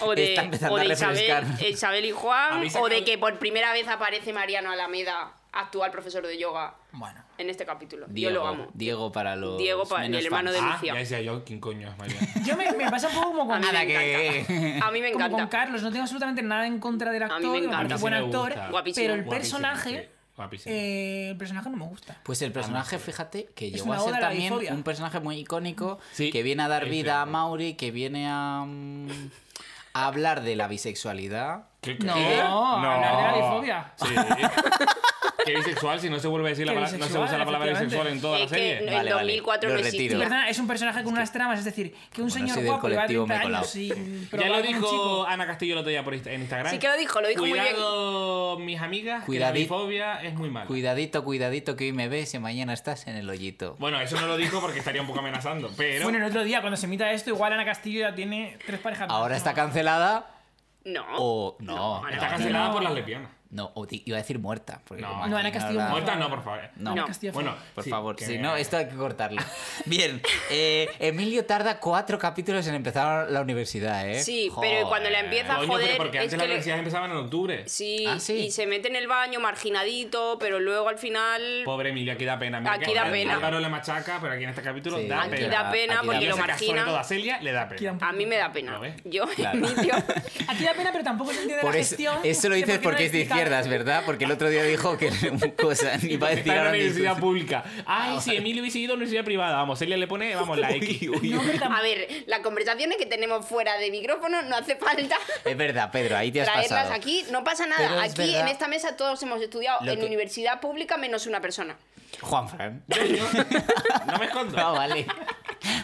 [SPEAKER 1] ¿O de,
[SPEAKER 5] Está empezando
[SPEAKER 1] o de
[SPEAKER 5] a
[SPEAKER 1] Isabel,
[SPEAKER 5] refrescar.
[SPEAKER 1] Isabel y
[SPEAKER 6] A mí
[SPEAKER 1] Juan?
[SPEAKER 6] se
[SPEAKER 1] ¿O
[SPEAKER 6] acaba-
[SPEAKER 1] de que por primera vez aparece Mariano Alameda, actual profesor de yoga?
[SPEAKER 3] Bueno.
[SPEAKER 1] en este capítulo.
[SPEAKER 5] Diego,
[SPEAKER 1] Yo lo amo.
[SPEAKER 5] Diego para los.
[SPEAKER 1] Diego pa-
[SPEAKER 5] menos
[SPEAKER 1] el hermano
[SPEAKER 5] fans.
[SPEAKER 1] de-
[SPEAKER 6] Ah,
[SPEAKER 1] Denuncia.
[SPEAKER 6] ya decía yo, ¿quién coño es María?
[SPEAKER 2] Yo me, me pasa un poco como
[SPEAKER 1] A
[SPEAKER 2] con,
[SPEAKER 1] mí
[SPEAKER 5] Nada
[SPEAKER 1] me encanta. A mí me
[SPEAKER 2] como con
[SPEAKER 1] encanta.
[SPEAKER 2] Carlos. No tengo absolutamente nada en contra del
[SPEAKER 1] mí me
[SPEAKER 2] actor, me
[SPEAKER 1] encanta.
[SPEAKER 2] parece
[SPEAKER 1] A mí sí
[SPEAKER 2] buen
[SPEAKER 6] me
[SPEAKER 2] actor,
[SPEAKER 6] gusta.
[SPEAKER 1] Guapísimo.
[SPEAKER 2] pero el
[SPEAKER 6] Guapísimo,
[SPEAKER 2] personaje,
[SPEAKER 6] sí. Guapísimo.
[SPEAKER 2] eh, el personaje no me gusta.
[SPEAKER 6] Ah,
[SPEAKER 5] Pues el personaje, fíjate, que llegó
[SPEAKER 2] una
[SPEAKER 5] a
[SPEAKER 2] oda
[SPEAKER 5] ser
[SPEAKER 2] a la
[SPEAKER 5] también
[SPEAKER 2] bifobia.
[SPEAKER 5] un personaje muy icónico,
[SPEAKER 6] Sí,
[SPEAKER 5] que viene a dar
[SPEAKER 6] es
[SPEAKER 5] vida a
[SPEAKER 6] cierto.
[SPEAKER 5] Mauri, que viene a, mm, a hablar de la bisexualidad.
[SPEAKER 6] ¿Qué- qué-
[SPEAKER 2] No,
[SPEAKER 6] qué?
[SPEAKER 2] hablar de la bifobia.
[SPEAKER 6] Sí. Qué bisexual si no se vuelve a decir la
[SPEAKER 2] Qué
[SPEAKER 6] palabra, no se
[SPEAKER 2] bisexual,
[SPEAKER 6] usa la palabra
[SPEAKER 2] efectivamente.
[SPEAKER 6] bisexual en toda la
[SPEAKER 1] Es que
[SPEAKER 6] serie.
[SPEAKER 1] en
[SPEAKER 5] Vale, vale,
[SPEAKER 1] 2004
[SPEAKER 5] lo
[SPEAKER 1] no existía.
[SPEAKER 2] Y
[SPEAKER 5] retiro.
[SPEAKER 1] Pero-
[SPEAKER 2] verdad, es un personaje con unas tramas, es decir, que un
[SPEAKER 5] soy
[SPEAKER 2] señor
[SPEAKER 5] del
[SPEAKER 2] guapo le va a
[SPEAKER 5] colectivo,
[SPEAKER 2] 30
[SPEAKER 5] me he colado.
[SPEAKER 2] años y
[SPEAKER 6] Ya
[SPEAKER 2] probar
[SPEAKER 6] lo
[SPEAKER 2] con un
[SPEAKER 6] dijo
[SPEAKER 2] chico.
[SPEAKER 6] Ana Castillo el otro día por Insta- en Instagram.
[SPEAKER 1] Sí que lo dijo, lo dijo muy bien.
[SPEAKER 6] Cuidado, mis amigas,
[SPEAKER 5] Cuidadi-
[SPEAKER 6] que la bifobia es muy mala.
[SPEAKER 5] Cuidadito, cuidadito que hoy me ves y mañana estás en el hoyito.
[SPEAKER 6] Bueno, eso no lo dijo porque estaría un poco amenazando, pero...
[SPEAKER 2] Bueno, el otro día, cuando se emita esto, igual Ana Castillo ya tiene tres parejas. más,
[SPEAKER 5] Ahora
[SPEAKER 2] ¿no?
[SPEAKER 5] está cancelada
[SPEAKER 1] No.
[SPEAKER 5] o no.
[SPEAKER 1] Ana
[SPEAKER 6] está
[SPEAKER 5] no,
[SPEAKER 6] cancelada por las lesbianas.
[SPEAKER 5] no, o di- iba a decir muerta. porque
[SPEAKER 6] No.
[SPEAKER 5] como
[SPEAKER 2] No,
[SPEAKER 5] aquí
[SPEAKER 2] Ana Castillo
[SPEAKER 5] habla-
[SPEAKER 2] no.
[SPEAKER 6] Muertas no, por favor.
[SPEAKER 5] No.
[SPEAKER 1] No.
[SPEAKER 2] Castillo
[SPEAKER 6] Bueno,
[SPEAKER 5] Por
[SPEAKER 6] sí,
[SPEAKER 5] favor,
[SPEAKER 6] que-
[SPEAKER 5] si no, esto hay que cortarlo. Bien, eh, Emilio tarda cuatro capítulos en empezar la universidad, ¿eh?
[SPEAKER 1] Sí, pero cuando la
[SPEAKER 5] Joder.
[SPEAKER 1] empieza-
[SPEAKER 6] Coño,
[SPEAKER 1] joder,
[SPEAKER 6] pero porque
[SPEAKER 1] es
[SPEAKER 6] antes
[SPEAKER 1] que
[SPEAKER 6] las
[SPEAKER 1] le-
[SPEAKER 6] universidades empezaban en octubre.
[SPEAKER 1] Sí,
[SPEAKER 5] Ah, sí.
[SPEAKER 1] y se mete en el baño marginadito, pero luego al final
[SPEAKER 6] Pobre Emilio, aquí da pena. Mira
[SPEAKER 1] Aquí
[SPEAKER 6] que
[SPEAKER 1] da
[SPEAKER 6] Al-
[SPEAKER 1] pena.
[SPEAKER 6] Álvaro le machaca, pero aquí en este capítulo
[SPEAKER 5] Sí,
[SPEAKER 6] da
[SPEAKER 1] aquí
[SPEAKER 6] pena.
[SPEAKER 1] da pena
[SPEAKER 5] aquí da
[SPEAKER 1] porque
[SPEAKER 6] Y
[SPEAKER 1] lo
[SPEAKER 6] ese caso, Sobre todo a
[SPEAKER 1] margina.
[SPEAKER 6] Celia le da pena.
[SPEAKER 1] A mí me da pena.
[SPEAKER 6] ¿Lo ves?
[SPEAKER 1] Yo,
[SPEAKER 5] Claro.
[SPEAKER 1] Emilio,
[SPEAKER 2] Aquí da pena, pero tampoco se entiende
[SPEAKER 5] Por
[SPEAKER 2] la
[SPEAKER 5] eso,
[SPEAKER 2] gestión.
[SPEAKER 5] eso lo
[SPEAKER 2] de
[SPEAKER 5] dices
[SPEAKER 2] por qué no
[SPEAKER 5] porque
[SPEAKER 2] le
[SPEAKER 5] es de
[SPEAKER 2] explicaron.
[SPEAKER 5] izquierdas, ¿verdad? Porque el otro día dijo que cosa ni va a decir Ah,
[SPEAKER 6] Está en la
[SPEAKER 5] ahora ni
[SPEAKER 6] universidad
[SPEAKER 5] sus-
[SPEAKER 6] pública. Ay, si Emilio hubiese ido a la universidad privada. Vamos, Celia le pone, vamos, la X.
[SPEAKER 2] No, pero tampoco-
[SPEAKER 1] a ver, las conversaciones que tenemos fuera de micrófono no hace falta
[SPEAKER 5] Es verdad, Pedro, ahí te has
[SPEAKER 1] traerlas
[SPEAKER 5] pasado.
[SPEAKER 1] aquí. No pasa nada.
[SPEAKER 5] Pero es
[SPEAKER 1] aquí
[SPEAKER 5] verdad-
[SPEAKER 1] en esta mesa todos hemos estudiado
[SPEAKER 5] Lo
[SPEAKER 1] en
[SPEAKER 5] que-
[SPEAKER 1] universidad pública menos una persona.
[SPEAKER 5] Juan Fran.
[SPEAKER 6] No me escondo.
[SPEAKER 5] No, vale.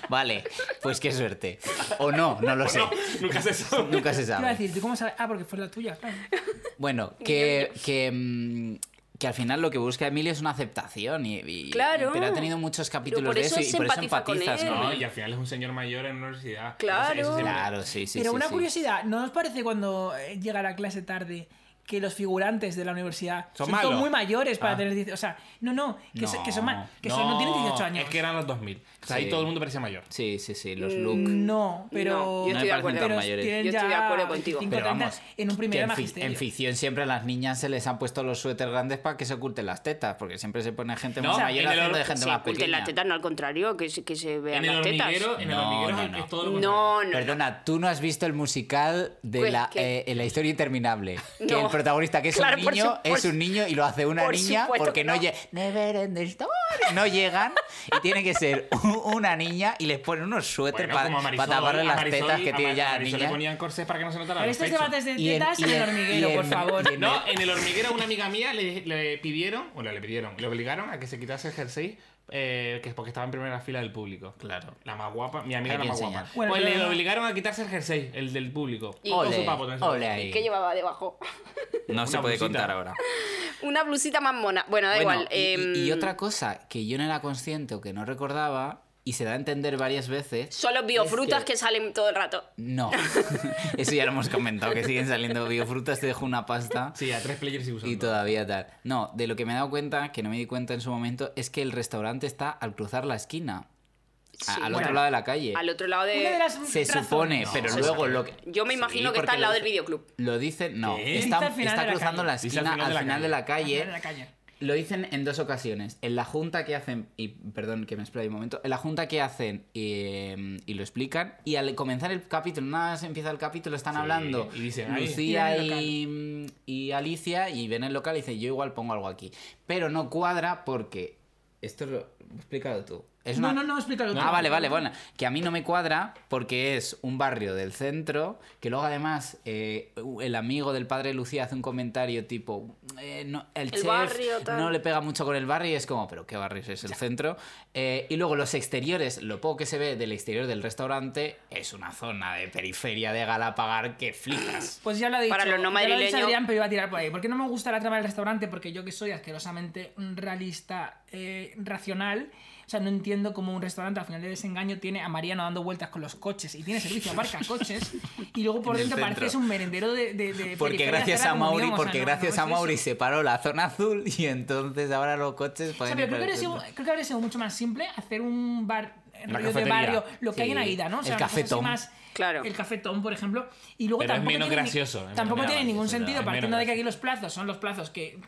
[SPEAKER 5] Vale, pues qué suerte. O no, no lo sé.
[SPEAKER 6] No, nunca se sabe.
[SPEAKER 5] Nunca se
[SPEAKER 2] Te iba a
[SPEAKER 5] sabe.
[SPEAKER 2] decir, ¿tú cómo sabes? Ah, porque fue la tuya, claro.
[SPEAKER 5] Bueno, que, que, mm, que al final lo que busca Emilio es una aceptación. Y, y-
[SPEAKER 1] Claro.
[SPEAKER 5] Pero ha tenido muchos capítulos
[SPEAKER 1] por
[SPEAKER 5] de
[SPEAKER 1] eso
[SPEAKER 5] eso y
[SPEAKER 1] se
[SPEAKER 5] por eso
[SPEAKER 1] empatiza con
[SPEAKER 5] empatizas,
[SPEAKER 1] él.
[SPEAKER 5] ¿no?
[SPEAKER 6] No, y al final es un señor mayor en la universidad.
[SPEAKER 1] Claro.
[SPEAKER 6] Eso- eso siempre-
[SPEAKER 5] Claro, sí, sí.
[SPEAKER 2] pero
[SPEAKER 5] sí,
[SPEAKER 2] una
[SPEAKER 5] sí.
[SPEAKER 2] curiosidad, ¿no os parece cuando eh, llega la clase tarde que los figurantes de la universidad
[SPEAKER 6] Son
[SPEAKER 2] son,
[SPEAKER 6] malos.
[SPEAKER 2] todos muy mayores para
[SPEAKER 6] Ah.
[SPEAKER 2] tener 18 O sea, no, no, que,
[SPEAKER 5] No,
[SPEAKER 2] so- que son ma- que son- no tienen 18 años.
[SPEAKER 6] Es que eran los 2000. O sea,
[SPEAKER 5] Sí.
[SPEAKER 6] ahí todo el mundo parecía mayor.
[SPEAKER 5] Sí, sí, sí,
[SPEAKER 1] Mm,
[SPEAKER 5] los Luke.
[SPEAKER 2] No, pero.
[SPEAKER 1] No, yo
[SPEAKER 5] No me
[SPEAKER 1] estoy de
[SPEAKER 5] parecen
[SPEAKER 1] acuerdo.
[SPEAKER 5] tan
[SPEAKER 2] pero
[SPEAKER 5] mayores.
[SPEAKER 2] tienen
[SPEAKER 1] Yo estoy de
[SPEAKER 2] ya
[SPEAKER 1] acuerdo contigo.
[SPEAKER 2] 25,
[SPEAKER 5] Pero
[SPEAKER 2] 30
[SPEAKER 5] vamos,
[SPEAKER 2] en un
[SPEAKER 5] que
[SPEAKER 2] primer
[SPEAKER 5] en, fi-
[SPEAKER 2] magisterio.
[SPEAKER 5] en ficción siempre a las niñas se les han puesto los suéteres grandes para que se oculten las tetas, porque siempre se pone gente
[SPEAKER 6] No,
[SPEAKER 5] más
[SPEAKER 6] o sea,
[SPEAKER 5] mayor
[SPEAKER 6] en el
[SPEAKER 5] haciendo
[SPEAKER 6] or-
[SPEAKER 5] de gente
[SPEAKER 1] Se
[SPEAKER 5] más
[SPEAKER 1] oculten
[SPEAKER 5] pequeña.
[SPEAKER 1] las tetas, no al contrario, que, se- que se vean
[SPEAKER 6] En el
[SPEAKER 1] las tetas.
[SPEAKER 6] hormiguero, en el
[SPEAKER 5] No,
[SPEAKER 6] hormiguero
[SPEAKER 5] no,
[SPEAKER 6] es-
[SPEAKER 5] no.
[SPEAKER 6] es todo lo contrario.
[SPEAKER 1] No, no.
[SPEAKER 5] Perdona, tú no has visto el musical de
[SPEAKER 1] Pues
[SPEAKER 5] la,
[SPEAKER 1] que-
[SPEAKER 5] eh, en la historia interminable. Que
[SPEAKER 1] No.
[SPEAKER 5] el protagonista, que es
[SPEAKER 1] Claro,
[SPEAKER 5] un
[SPEAKER 1] por
[SPEAKER 5] niño,
[SPEAKER 1] su- por
[SPEAKER 5] es un
[SPEAKER 1] su-
[SPEAKER 5] niño y lo hace una
[SPEAKER 1] por
[SPEAKER 5] niña
[SPEAKER 1] supuesto
[SPEAKER 5] porque
[SPEAKER 1] que
[SPEAKER 5] no,
[SPEAKER 1] no.
[SPEAKER 5] lle- Never end the story. No llegan y tiene que ser u- una niña y les ponen unos suéteres
[SPEAKER 6] Bueno, como a
[SPEAKER 5] para
[SPEAKER 6] Marisol,
[SPEAKER 5] taparle
[SPEAKER 6] a
[SPEAKER 5] las
[SPEAKER 6] Marisol-
[SPEAKER 5] tetas que
[SPEAKER 6] a
[SPEAKER 5] tiene
[SPEAKER 6] Mar-
[SPEAKER 5] ya la
[SPEAKER 6] Marisol le
[SPEAKER 5] niña.
[SPEAKER 6] ponían corsés para que no se notaran
[SPEAKER 2] A ver,
[SPEAKER 1] este
[SPEAKER 6] los
[SPEAKER 2] estos
[SPEAKER 6] pechos.
[SPEAKER 2] debates de
[SPEAKER 5] Y en-
[SPEAKER 2] tetas
[SPEAKER 5] y
[SPEAKER 2] en
[SPEAKER 5] en-
[SPEAKER 2] el
[SPEAKER 5] y
[SPEAKER 2] hormiguero, por
[SPEAKER 5] en-
[SPEAKER 2] favor.
[SPEAKER 5] y en-
[SPEAKER 6] No, en el hormiguero una amiga mía le, le pidieron, bueno, le pidieron, le obligaron a que se quitase el jersey, eh, que es porque estaba en primera fila del público. Claro. La más guapa, mi amiga
[SPEAKER 5] Hay
[SPEAKER 6] la
[SPEAKER 5] que
[SPEAKER 6] más
[SPEAKER 5] enseñar.
[SPEAKER 6] guapa.
[SPEAKER 2] Bueno,
[SPEAKER 6] pues
[SPEAKER 2] pero
[SPEAKER 6] le
[SPEAKER 2] no-
[SPEAKER 6] obligaron a quitarse el jersey, el del público.
[SPEAKER 1] Y-
[SPEAKER 6] Con su
[SPEAKER 5] Ole,
[SPEAKER 6] papo, con su
[SPEAKER 5] ole
[SPEAKER 6] papo.
[SPEAKER 5] ahí.
[SPEAKER 1] ¿Qué llevaba debajo?
[SPEAKER 5] No
[SPEAKER 6] se puede contar ahora.
[SPEAKER 1] Una blusita más mona. Bueno, da
[SPEAKER 5] Bueno,
[SPEAKER 1] igual.
[SPEAKER 5] y- y- Y,
[SPEAKER 1] em,
[SPEAKER 5] otra cosa que yo no era consciente o que no recordaba y se da a entender varias veces.
[SPEAKER 1] Son los biofrutas
[SPEAKER 5] Es
[SPEAKER 1] que... salen todo el rato.
[SPEAKER 5] No, eso ya lo hemos comentado, que siguen saliendo biofrutas, te dejo una pasta
[SPEAKER 6] Sí, a tres players y usando.
[SPEAKER 5] y todavía tal. No, de lo que me he dado cuenta, que no me di cuenta en su momento, es que el restaurante está al cruzar la esquina, a-
[SPEAKER 1] Sí.
[SPEAKER 5] al
[SPEAKER 1] Bueno,
[SPEAKER 5] otro lado de la calle.
[SPEAKER 1] al otro lado de...
[SPEAKER 2] Una de las
[SPEAKER 5] Se
[SPEAKER 2] razones-
[SPEAKER 5] supone,
[SPEAKER 2] No.
[SPEAKER 5] pero luego lo que...
[SPEAKER 1] Yo me imagino
[SPEAKER 5] Sí,
[SPEAKER 1] que
[SPEAKER 5] porque
[SPEAKER 1] está al lado
[SPEAKER 5] lo-
[SPEAKER 1] del videoclub.
[SPEAKER 5] Lo dicen, no,
[SPEAKER 6] ¿Qué?
[SPEAKER 5] está,
[SPEAKER 2] Está al final
[SPEAKER 5] está
[SPEAKER 2] de la
[SPEAKER 5] cruzando
[SPEAKER 2] calle.
[SPEAKER 5] la
[SPEAKER 6] Dice al
[SPEAKER 5] esquina
[SPEAKER 6] final de
[SPEAKER 5] al
[SPEAKER 6] la
[SPEAKER 5] final
[SPEAKER 6] calle.
[SPEAKER 5] de la calle.
[SPEAKER 2] En la calle.
[SPEAKER 5] Lo dicen en dos ocasiones. En la junta que hacen, y perdón que me explaye un momento, en la junta que hacen eh, y, lo explican, y al comenzar el capítulo, nada más empieza el capítulo, están
[SPEAKER 6] Sí,
[SPEAKER 5] hablando
[SPEAKER 6] y dicen, "Ay".
[SPEAKER 5] Lucía y, em, y Alicia, y ven el local y dicen, yo igual pongo algo aquí. Pero no cuadra porque... Esto lo... Explícalo tú. Es
[SPEAKER 2] No,
[SPEAKER 5] una-
[SPEAKER 2] no, no, explícalo. tú.
[SPEAKER 5] Ah, vale, vale, bueno. Que a mí no me cuadra porque es un barrio del centro, que luego además eh, el amigo del padre de Lucía hace un comentario tipo, eh, no, el,
[SPEAKER 1] El
[SPEAKER 5] chef
[SPEAKER 1] barrio, tal.
[SPEAKER 5] no le pega mucho con el barrio y es como, pero ¿qué barrio es ese? el centro? Eh, y luego los exteriores, lo poco que se ve del exterior del restaurante es una zona de periferia de Galapagar que flipas.
[SPEAKER 2] Pues ya lo ha dicho.
[SPEAKER 1] Para los no
[SPEAKER 2] ya lo ha dicho
[SPEAKER 1] madrileños.
[SPEAKER 2] Adrián, pero iba a tirar por ahí. ¿Por qué no me gusta la trama del restaurante? Porque yo que soy asquerosamente un realista eh, racional, o sea, no entiendo cómo un restaurante al final de desengaño tiene a Mariano dando vueltas con los coches y tiene servicio a marca coches y luego por
[SPEAKER 5] En el
[SPEAKER 2] dentro
[SPEAKER 5] centro.
[SPEAKER 2] parece un merendero de... de, de
[SPEAKER 5] Porque
[SPEAKER 2] periferia
[SPEAKER 5] gracias
[SPEAKER 2] hacer
[SPEAKER 5] a
[SPEAKER 2] la comunión,
[SPEAKER 5] Mauri,
[SPEAKER 2] o sea,
[SPEAKER 5] porque
[SPEAKER 2] no,
[SPEAKER 5] gracias
[SPEAKER 2] no
[SPEAKER 5] a
[SPEAKER 2] es eso.
[SPEAKER 5] Mauri se paró la zona azul y entonces ahora los coches
[SPEAKER 2] O sea,
[SPEAKER 5] pueden
[SPEAKER 2] pero
[SPEAKER 5] ir
[SPEAKER 2] creo que,
[SPEAKER 5] para
[SPEAKER 2] habría
[SPEAKER 5] el
[SPEAKER 2] sido,
[SPEAKER 5] centro.
[SPEAKER 2] creo que habría sido mucho más simple hacer un bar en
[SPEAKER 6] Una
[SPEAKER 2] rollo de
[SPEAKER 6] cafetería.
[SPEAKER 2] barrio, lo que
[SPEAKER 5] Sí.
[SPEAKER 2] hay en Aida, ¿no? O
[SPEAKER 5] El
[SPEAKER 2] sea, una cosa así
[SPEAKER 5] cafetón.
[SPEAKER 2] más
[SPEAKER 1] Claro.
[SPEAKER 2] el cafetón, por ejemplo. Y luego
[SPEAKER 6] Pero es
[SPEAKER 2] tampoco
[SPEAKER 6] menos
[SPEAKER 2] tiene ni-
[SPEAKER 6] gracioso, es menos
[SPEAKER 2] tampoco tiene
[SPEAKER 6] gracioso,
[SPEAKER 2] ningún
[SPEAKER 6] es verdad,
[SPEAKER 2] sentido,
[SPEAKER 6] es
[SPEAKER 2] partiendo
[SPEAKER 6] menos
[SPEAKER 2] de que aquí
[SPEAKER 6] gracioso.
[SPEAKER 2] los plazos son los plazos que,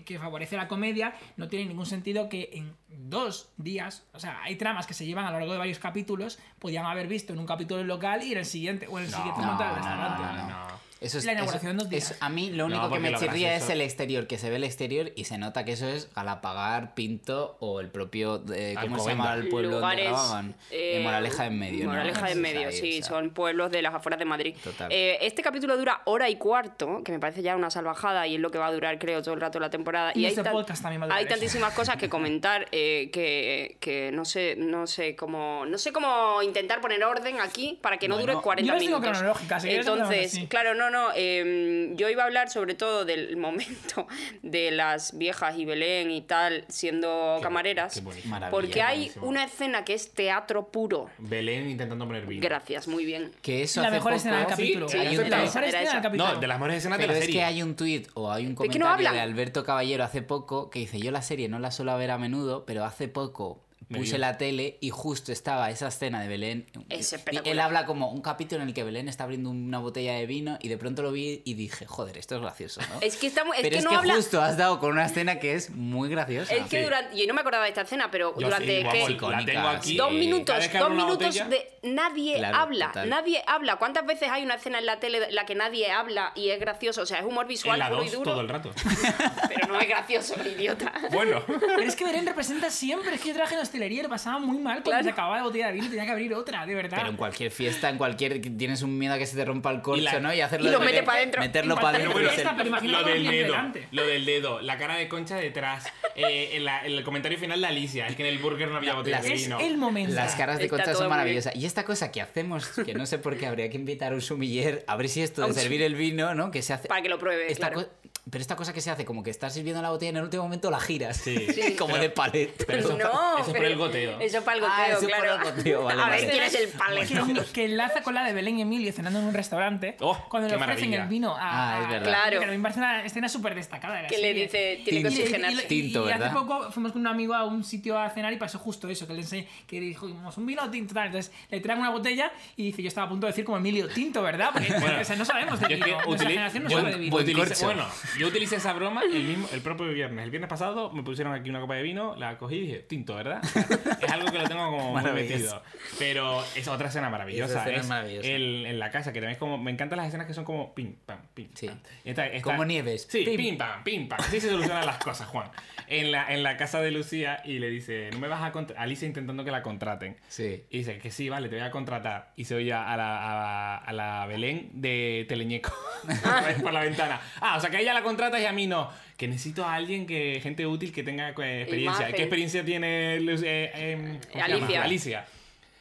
[SPEAKER 2] mm, que favorece la comedia, no tiene ningún sentido que en dos días, o sea, hay tramas que se llevan a lo largo de varios capítulos, podían haber visto en un capítulo el local y en el siguiente, o en el siguiente
[SPEAKER 5] no,
[SPEAKER 2] montar el
[SPEAKER 5] no, no,
[SPEAKER 2] restaurante.
[SPEAKER 5] no, no, no. Eso es,
[SPEAKER 2] La
[SPEAKER 5] eso-
[SPEAKER 2] inauguración dos días.
[SPEAKER 5] eso- a mí lo único que
[SPEAKER 6] porque
[SPEAKER 5] me
[SPEAKER 6] lo
[SPEAKER 5] chirría es
[SPEAKER 6] gracioso-
[SPEAKER 5] el exterior, que se ve el exterior y se nota que eso es Galapagar, Pinto o el propio. eh, ¿Cómo se llama
[SPEAKER 6] Alcobendas.
[SPEAKER 5] el pueblo
[SPEAKER 1] lugares,
[SPEAKER 5] donde grababan? Eh,
[SPEAKER 1] eh,
[SPEAKER 5] Moraleja en medio. ¿no?
[SPEAKER 1] Moraleja
[SPEAKER 5] Eso
[SPEAKER 1] en
[SPEAKER 5] es
[SPEAKER 1] medio,
[SPEAKER 5] ahí,
[SPEAKER 1] sí,
[SPEAKER 5] o sea,
[SPEAKER 1] son pueblos de las afueras de Madrid.
[SPEAKER 5] Total.
[SPEAKER 1] Eh, este capítulo dura hora y cuarto, que me parece ya una salvajada y es lo que va a durar, creo, todo el rato la temporada.
[SPEAKER 2] Y
[SPEAKER 1] hay,
[SPEAKER 2] este podcast también va a durar
[SPEAKER 1] hay
[SPEAKER 2] eso.
[SPEAKER 1] tantísimas cosas que comentar eh, que, que no sé, no sé cómo, no sé cómo intentar poner orden aquí para que no
[SPEAKER 5] Bueno,
[SPEAKER 1] dure 40
[SPEAKER 2] yo las tengo
[SPEAKER 1] minutos.
[SPEAKER 2] cronológicas, si quieres
[SPEAKER 1] Entonces,
[SPEAKER 2] empezamos así.
[SPEAKER 1] claro, no, no. eh, yo iba a hablar sobre todo del momento de las viejas y Belén y tal siendo
[SPEAKER 6] Qué-
[SPEAKER 1] camareras,
[SPEAKER 6] qué bonito.
[SPEAKER 5] Maravilla,
[SPEAKER 1] porque hay
[SPEAKER 6] buenísimo.
[SPEAKER 1] una escena que es teatro puro.
[SPEAKER 6] Belén intentando poner vino.
[SPEAKER 1] Gracias, muy bien.
[SPEAKER 5] Que eso
[SPEAKER 2] La
[SPEAKER 5] hace
[SPEAKER 2] mejor
[SPEAKER 5] poco-
[SPEAKER 2] escena del
[SPEAKER 6] Sí,
[SPEAKER 2] capítulo.
[SPEAKER 6] sí,
[SPEAKER 2] la
[SPEAKER 5] hay un
[SPEAKER 2] mejor
[SPEAKER 5] tuit.
[SPEAKER 1] Era
[SPEAKER 2] escena
[SPEAKER 1] esa.
[SPEAKER 2] del capítulo.
[SPEAKER 6] No, de las mejores escenas de
[SPEAKER 5] Pero
[SPEAKER 6] la
[SPEAKER 5] es
[SPEAKER 6] serie.
[SPEAKER 5] que hay un tuit o hay un
[SPEAKER 1] Pero es que no
[SPEAKER 5] comentario de
[SPEAKER 1] hablan.
[SPEAKER 5] Alberto Caballero hace poco que dice, yo la serie no la suelo ver a menudo, pero hace poco
[SPEAKER 6] Me
[SPEAKER 5] puse
[SPEAKER 6] dio.
[SPEAKER 5] la tele y justo estaba esa escena de Belén.
[SPEAKER 1] Es
[SPEAKER 5] y
[SPEAKER 1] espectacular.
[SPEAKER 5] él habla como un capítulo en el que Belén está abriendo una botella de vino y de pronto lo vi y dije, joder, esto es gracioso, ¿no?
[SPEAKER 1] Es que, estamos, es
[SPEAKER 5] pero
[SPEAKER 1] que
[SPEAKER 5] es
[SPEAKER 1] no
[SPEAKER 5] que
[SPEAKER 1] habla.
[SPEAKER 5] justo has dado con una escena que es muy graciosa.
[SPEAKER 1] es que
[SPEAKER 6] sí.
[SPEAKER 1] durante. Yo no me acordaba de esta escena, pero
[SPEAKER 6] Yo
[SPEAKER 1] durante
[SPEAKER 6] sí, vamos,
[SPEAKER 1] que-
[SPEAKER 6] la tengo aquí.
[SPEAKER 1] Dos
[SPEAKER 5] sí.
[SPEAKER 6] eh, Cada vez
[SPEAKER 1] minutos,
[SPEAKER 6] que
[SPEAKER 1] dos
[SPEAKER 6] abro una
[SPEAKER 1] minutos
[SPEAKER 6] botella-
[SPEAKER 1] de nadie
[SPEAKER 5] Claro,
[SPEAKER 1] habla,
[SPEAKER 5] total.
[SPEAKER 1] nadie habla. ¿Cuántas veces hay una escena en la tele de la que nadie habla y es gracioso? O sea, es humor
[SPEAKER 6] En
[SPEAKER 1] visual
[SPEAKER 6] la
[SPEAKER 1] puro y
[SPEAKER 6] 2
[SPEAKER 1] duro,
[SPEAKER 6] todo el rato.
[SPEAKER 1] pero no es gracioso, idiota.
[SPEAKER 6] bueno.
[SPEAKER 2] Pero es que Belén representa siempre. Es que yo trabajé en hostelería y lo pasaba muy mal cuando
[SPEAKER 1] Claro.
[SPEAKER 2] se acababa la botella de vino y tenía que abrir otra, de verdad.
[SPEAKER 5] Pero en cualquier fiesta, en cualquier... Tienes un miedo a que se te rompa el corcho,
[SPEAKER 6] Y la-
[SPEAKER 5] ¿no? Y hacerlo...
[SPEAKER 1] y
[SPEAKER 5] de
[SPEAKER 1] lo mete
[SPEAKER 5] Belén,
[SPEAKER 1] pa' dentro.
[SPEAKER 5] Meterlo para
[SPEAKER 2] Pero
[SPEAKER 5] dentro.
[SPEAKER 2] bueno,
[SPEAKER 5] es el-
[SPEAKER 2] esta- pero imagínate
[SPEAKER 6] lo
[SPEAKER 2] que
[SPEAKER 6] del
[SPEAKER 2] alguien
[SPEAKER 6] dedo,
[SPEAKER 2] delante.
[SPEAKER 6] lo del dedo, la cara de Concha detrás, eh, en, la- en el comentario final la Alicia, es que en el burger no había botella de
[SPEAKER 5] las-
[SPEAKER 2] es
[SPEAKER 6] vino.
[SPEAKER 2] el momento.
[SPEAKER 5] Las caras de
[SPEAKER 1] Está
[SPEAKER 5] Concha
[SPEAKER 1] todo
[SPEAKER 5] son
[SPEAKER 1] muy
[SPEAKER 5] maravillosas. Y esta cosa que hacemos, que no sé por qué habría que invitar a un sumiller, a ver si esto de servir el vino, ¿no? Que se hace.
[SPEAKER 1] Para que lo pruebe,
[SPEAKER 5] Esta
[SPEAKER 1] claro.
[SPEAKER 5] co- Pero esta cosa que se hace, como que estás sirviendo la botella y en el último momento la giras.
[SPEAKER 6] Sí. Sí.
[SPEAKER 5] como
[SPEAKER 6] Pero-
[SPEAKER 5] de palet.
[SPEAKER 6] pero eso-
[SPEAKER 1] no,
[SPEAKER 6] eso es por
[SPEAKER 1] pero-
[SPEAKER 6] el goteo.
[SPEAKER 1] Eso es para el goteo,
[SPEAKER 5] Ah, eso por
[SPEAKER 1] claro.
[SPEAKER 5] el goteo, vale,
[SPEAKER 1] A
[SPEAKER 5] vale.
[SPEAKER 1] ver quién es el paletón.
[SPEAKER 2] que, que enlaza con la de Belén y Emilio cenando en un restaurante.
[SPEAKER 6] Oh,
[SPEAKER 2] cuando le
[SPEAKER 6] qué
[SPEAKER 2] ofrecen
[SPEAKER 6] maravilla.
[SPEAKER 2] el vino a.
[SPEAKER 5] Ah, es
[SPEAKER 2] a-
[SPEAKER 5] verdad.
[SPEAKER 1] Claro.
[SPEAKER 2] que me parece una escena súper destacada. de la
[SPEAKER 1] Que le
[SPEAKER 2] serie.
[SPEAKER 1] dice, tiene que
[SPEAKER 5] Tinto.
[SPEAKER 1] oxigenarse.
[SPEAKER 2] Y- y-
[SPEAKER 5] Tinto,
[SPEAKER 2] y hace
[SPEAKER 5] ¿verdad?
[SPEAKER 2] poco fuimos con un amigo a un sitio a cenar y pasó justo eso, que le ense- que dijimos un vino tinto, tal. Entonces le traen una botella y dice, yo estaba a punto de decir como Emilio, tinto, ¿verdad? Porque
[SPEAKER 6] Bueno,
[SPEAKER 2] o sea, no sabemos de
[SPEAKER 6] Yo es
[SPEAKER 2] vino.
[SPEAKER 6] que
[SPEAKER 2] Nuestra
[SPEAKER 6] utili-
[SPEAKER 2] generación no
[SPEAKER 6] yo
[SPEAKER 2] sabe de vino.
[SPEAKER 5] buen
[SPEAKER 6] utilicé-
[SPEAKER 5] corcho.
[SPEAKER 6] Bueno, yo utilicé esa broma el, mismo, el propio viernes. El viernes pasado me pusieron aquí una copa de vino, la cogí y dije, tinto, ¿verdad? O sea, es algo que lo tengo como muy
[SPEAKER 5] Maravilloso.
[SPEAKER 6] metido. Pero es otra escena maravillosa.
[SPEAKER 5] Esa escena
[SPEAKER 6] es
[SPEAKER 5] es maravillosa.
[SPEAKER 6] el- en la casa, que también es como. Me encantan las escenas que son como pim, pam, pim.
[SPEAKER 5] Sí.
[SPEAKER 6] pam. Y esta- esta-
[SPEAKER 5] Como nieves.
[SPEAKER 6] Sí, pim. pam, pim, pam. Así se solucionan las cosas, Juan. En la, en la casa de Lucía y le dice, no me vas a contratar. Alicia intentando que la contraten.
[SPEAKER 5] Sí.
[SPEAKER 6] Y dice que sí, vale, te voy a contratar. Y se oye a la, a, a la Belén de Teleñeco pues, por la ventana. Ah, o sea que a ella la contratas y a mí no. Que necesito a alguien, que gente útil que tenga eh, experiencia.
[SPEAKER 1] Imagen.
[SPEAKER 6] ¿Qué experiencia tiene Lu- eh, em, ¿cómo se llama?
[SPEAKER 1] Alicia.
[SPEAKER 6] Alicia.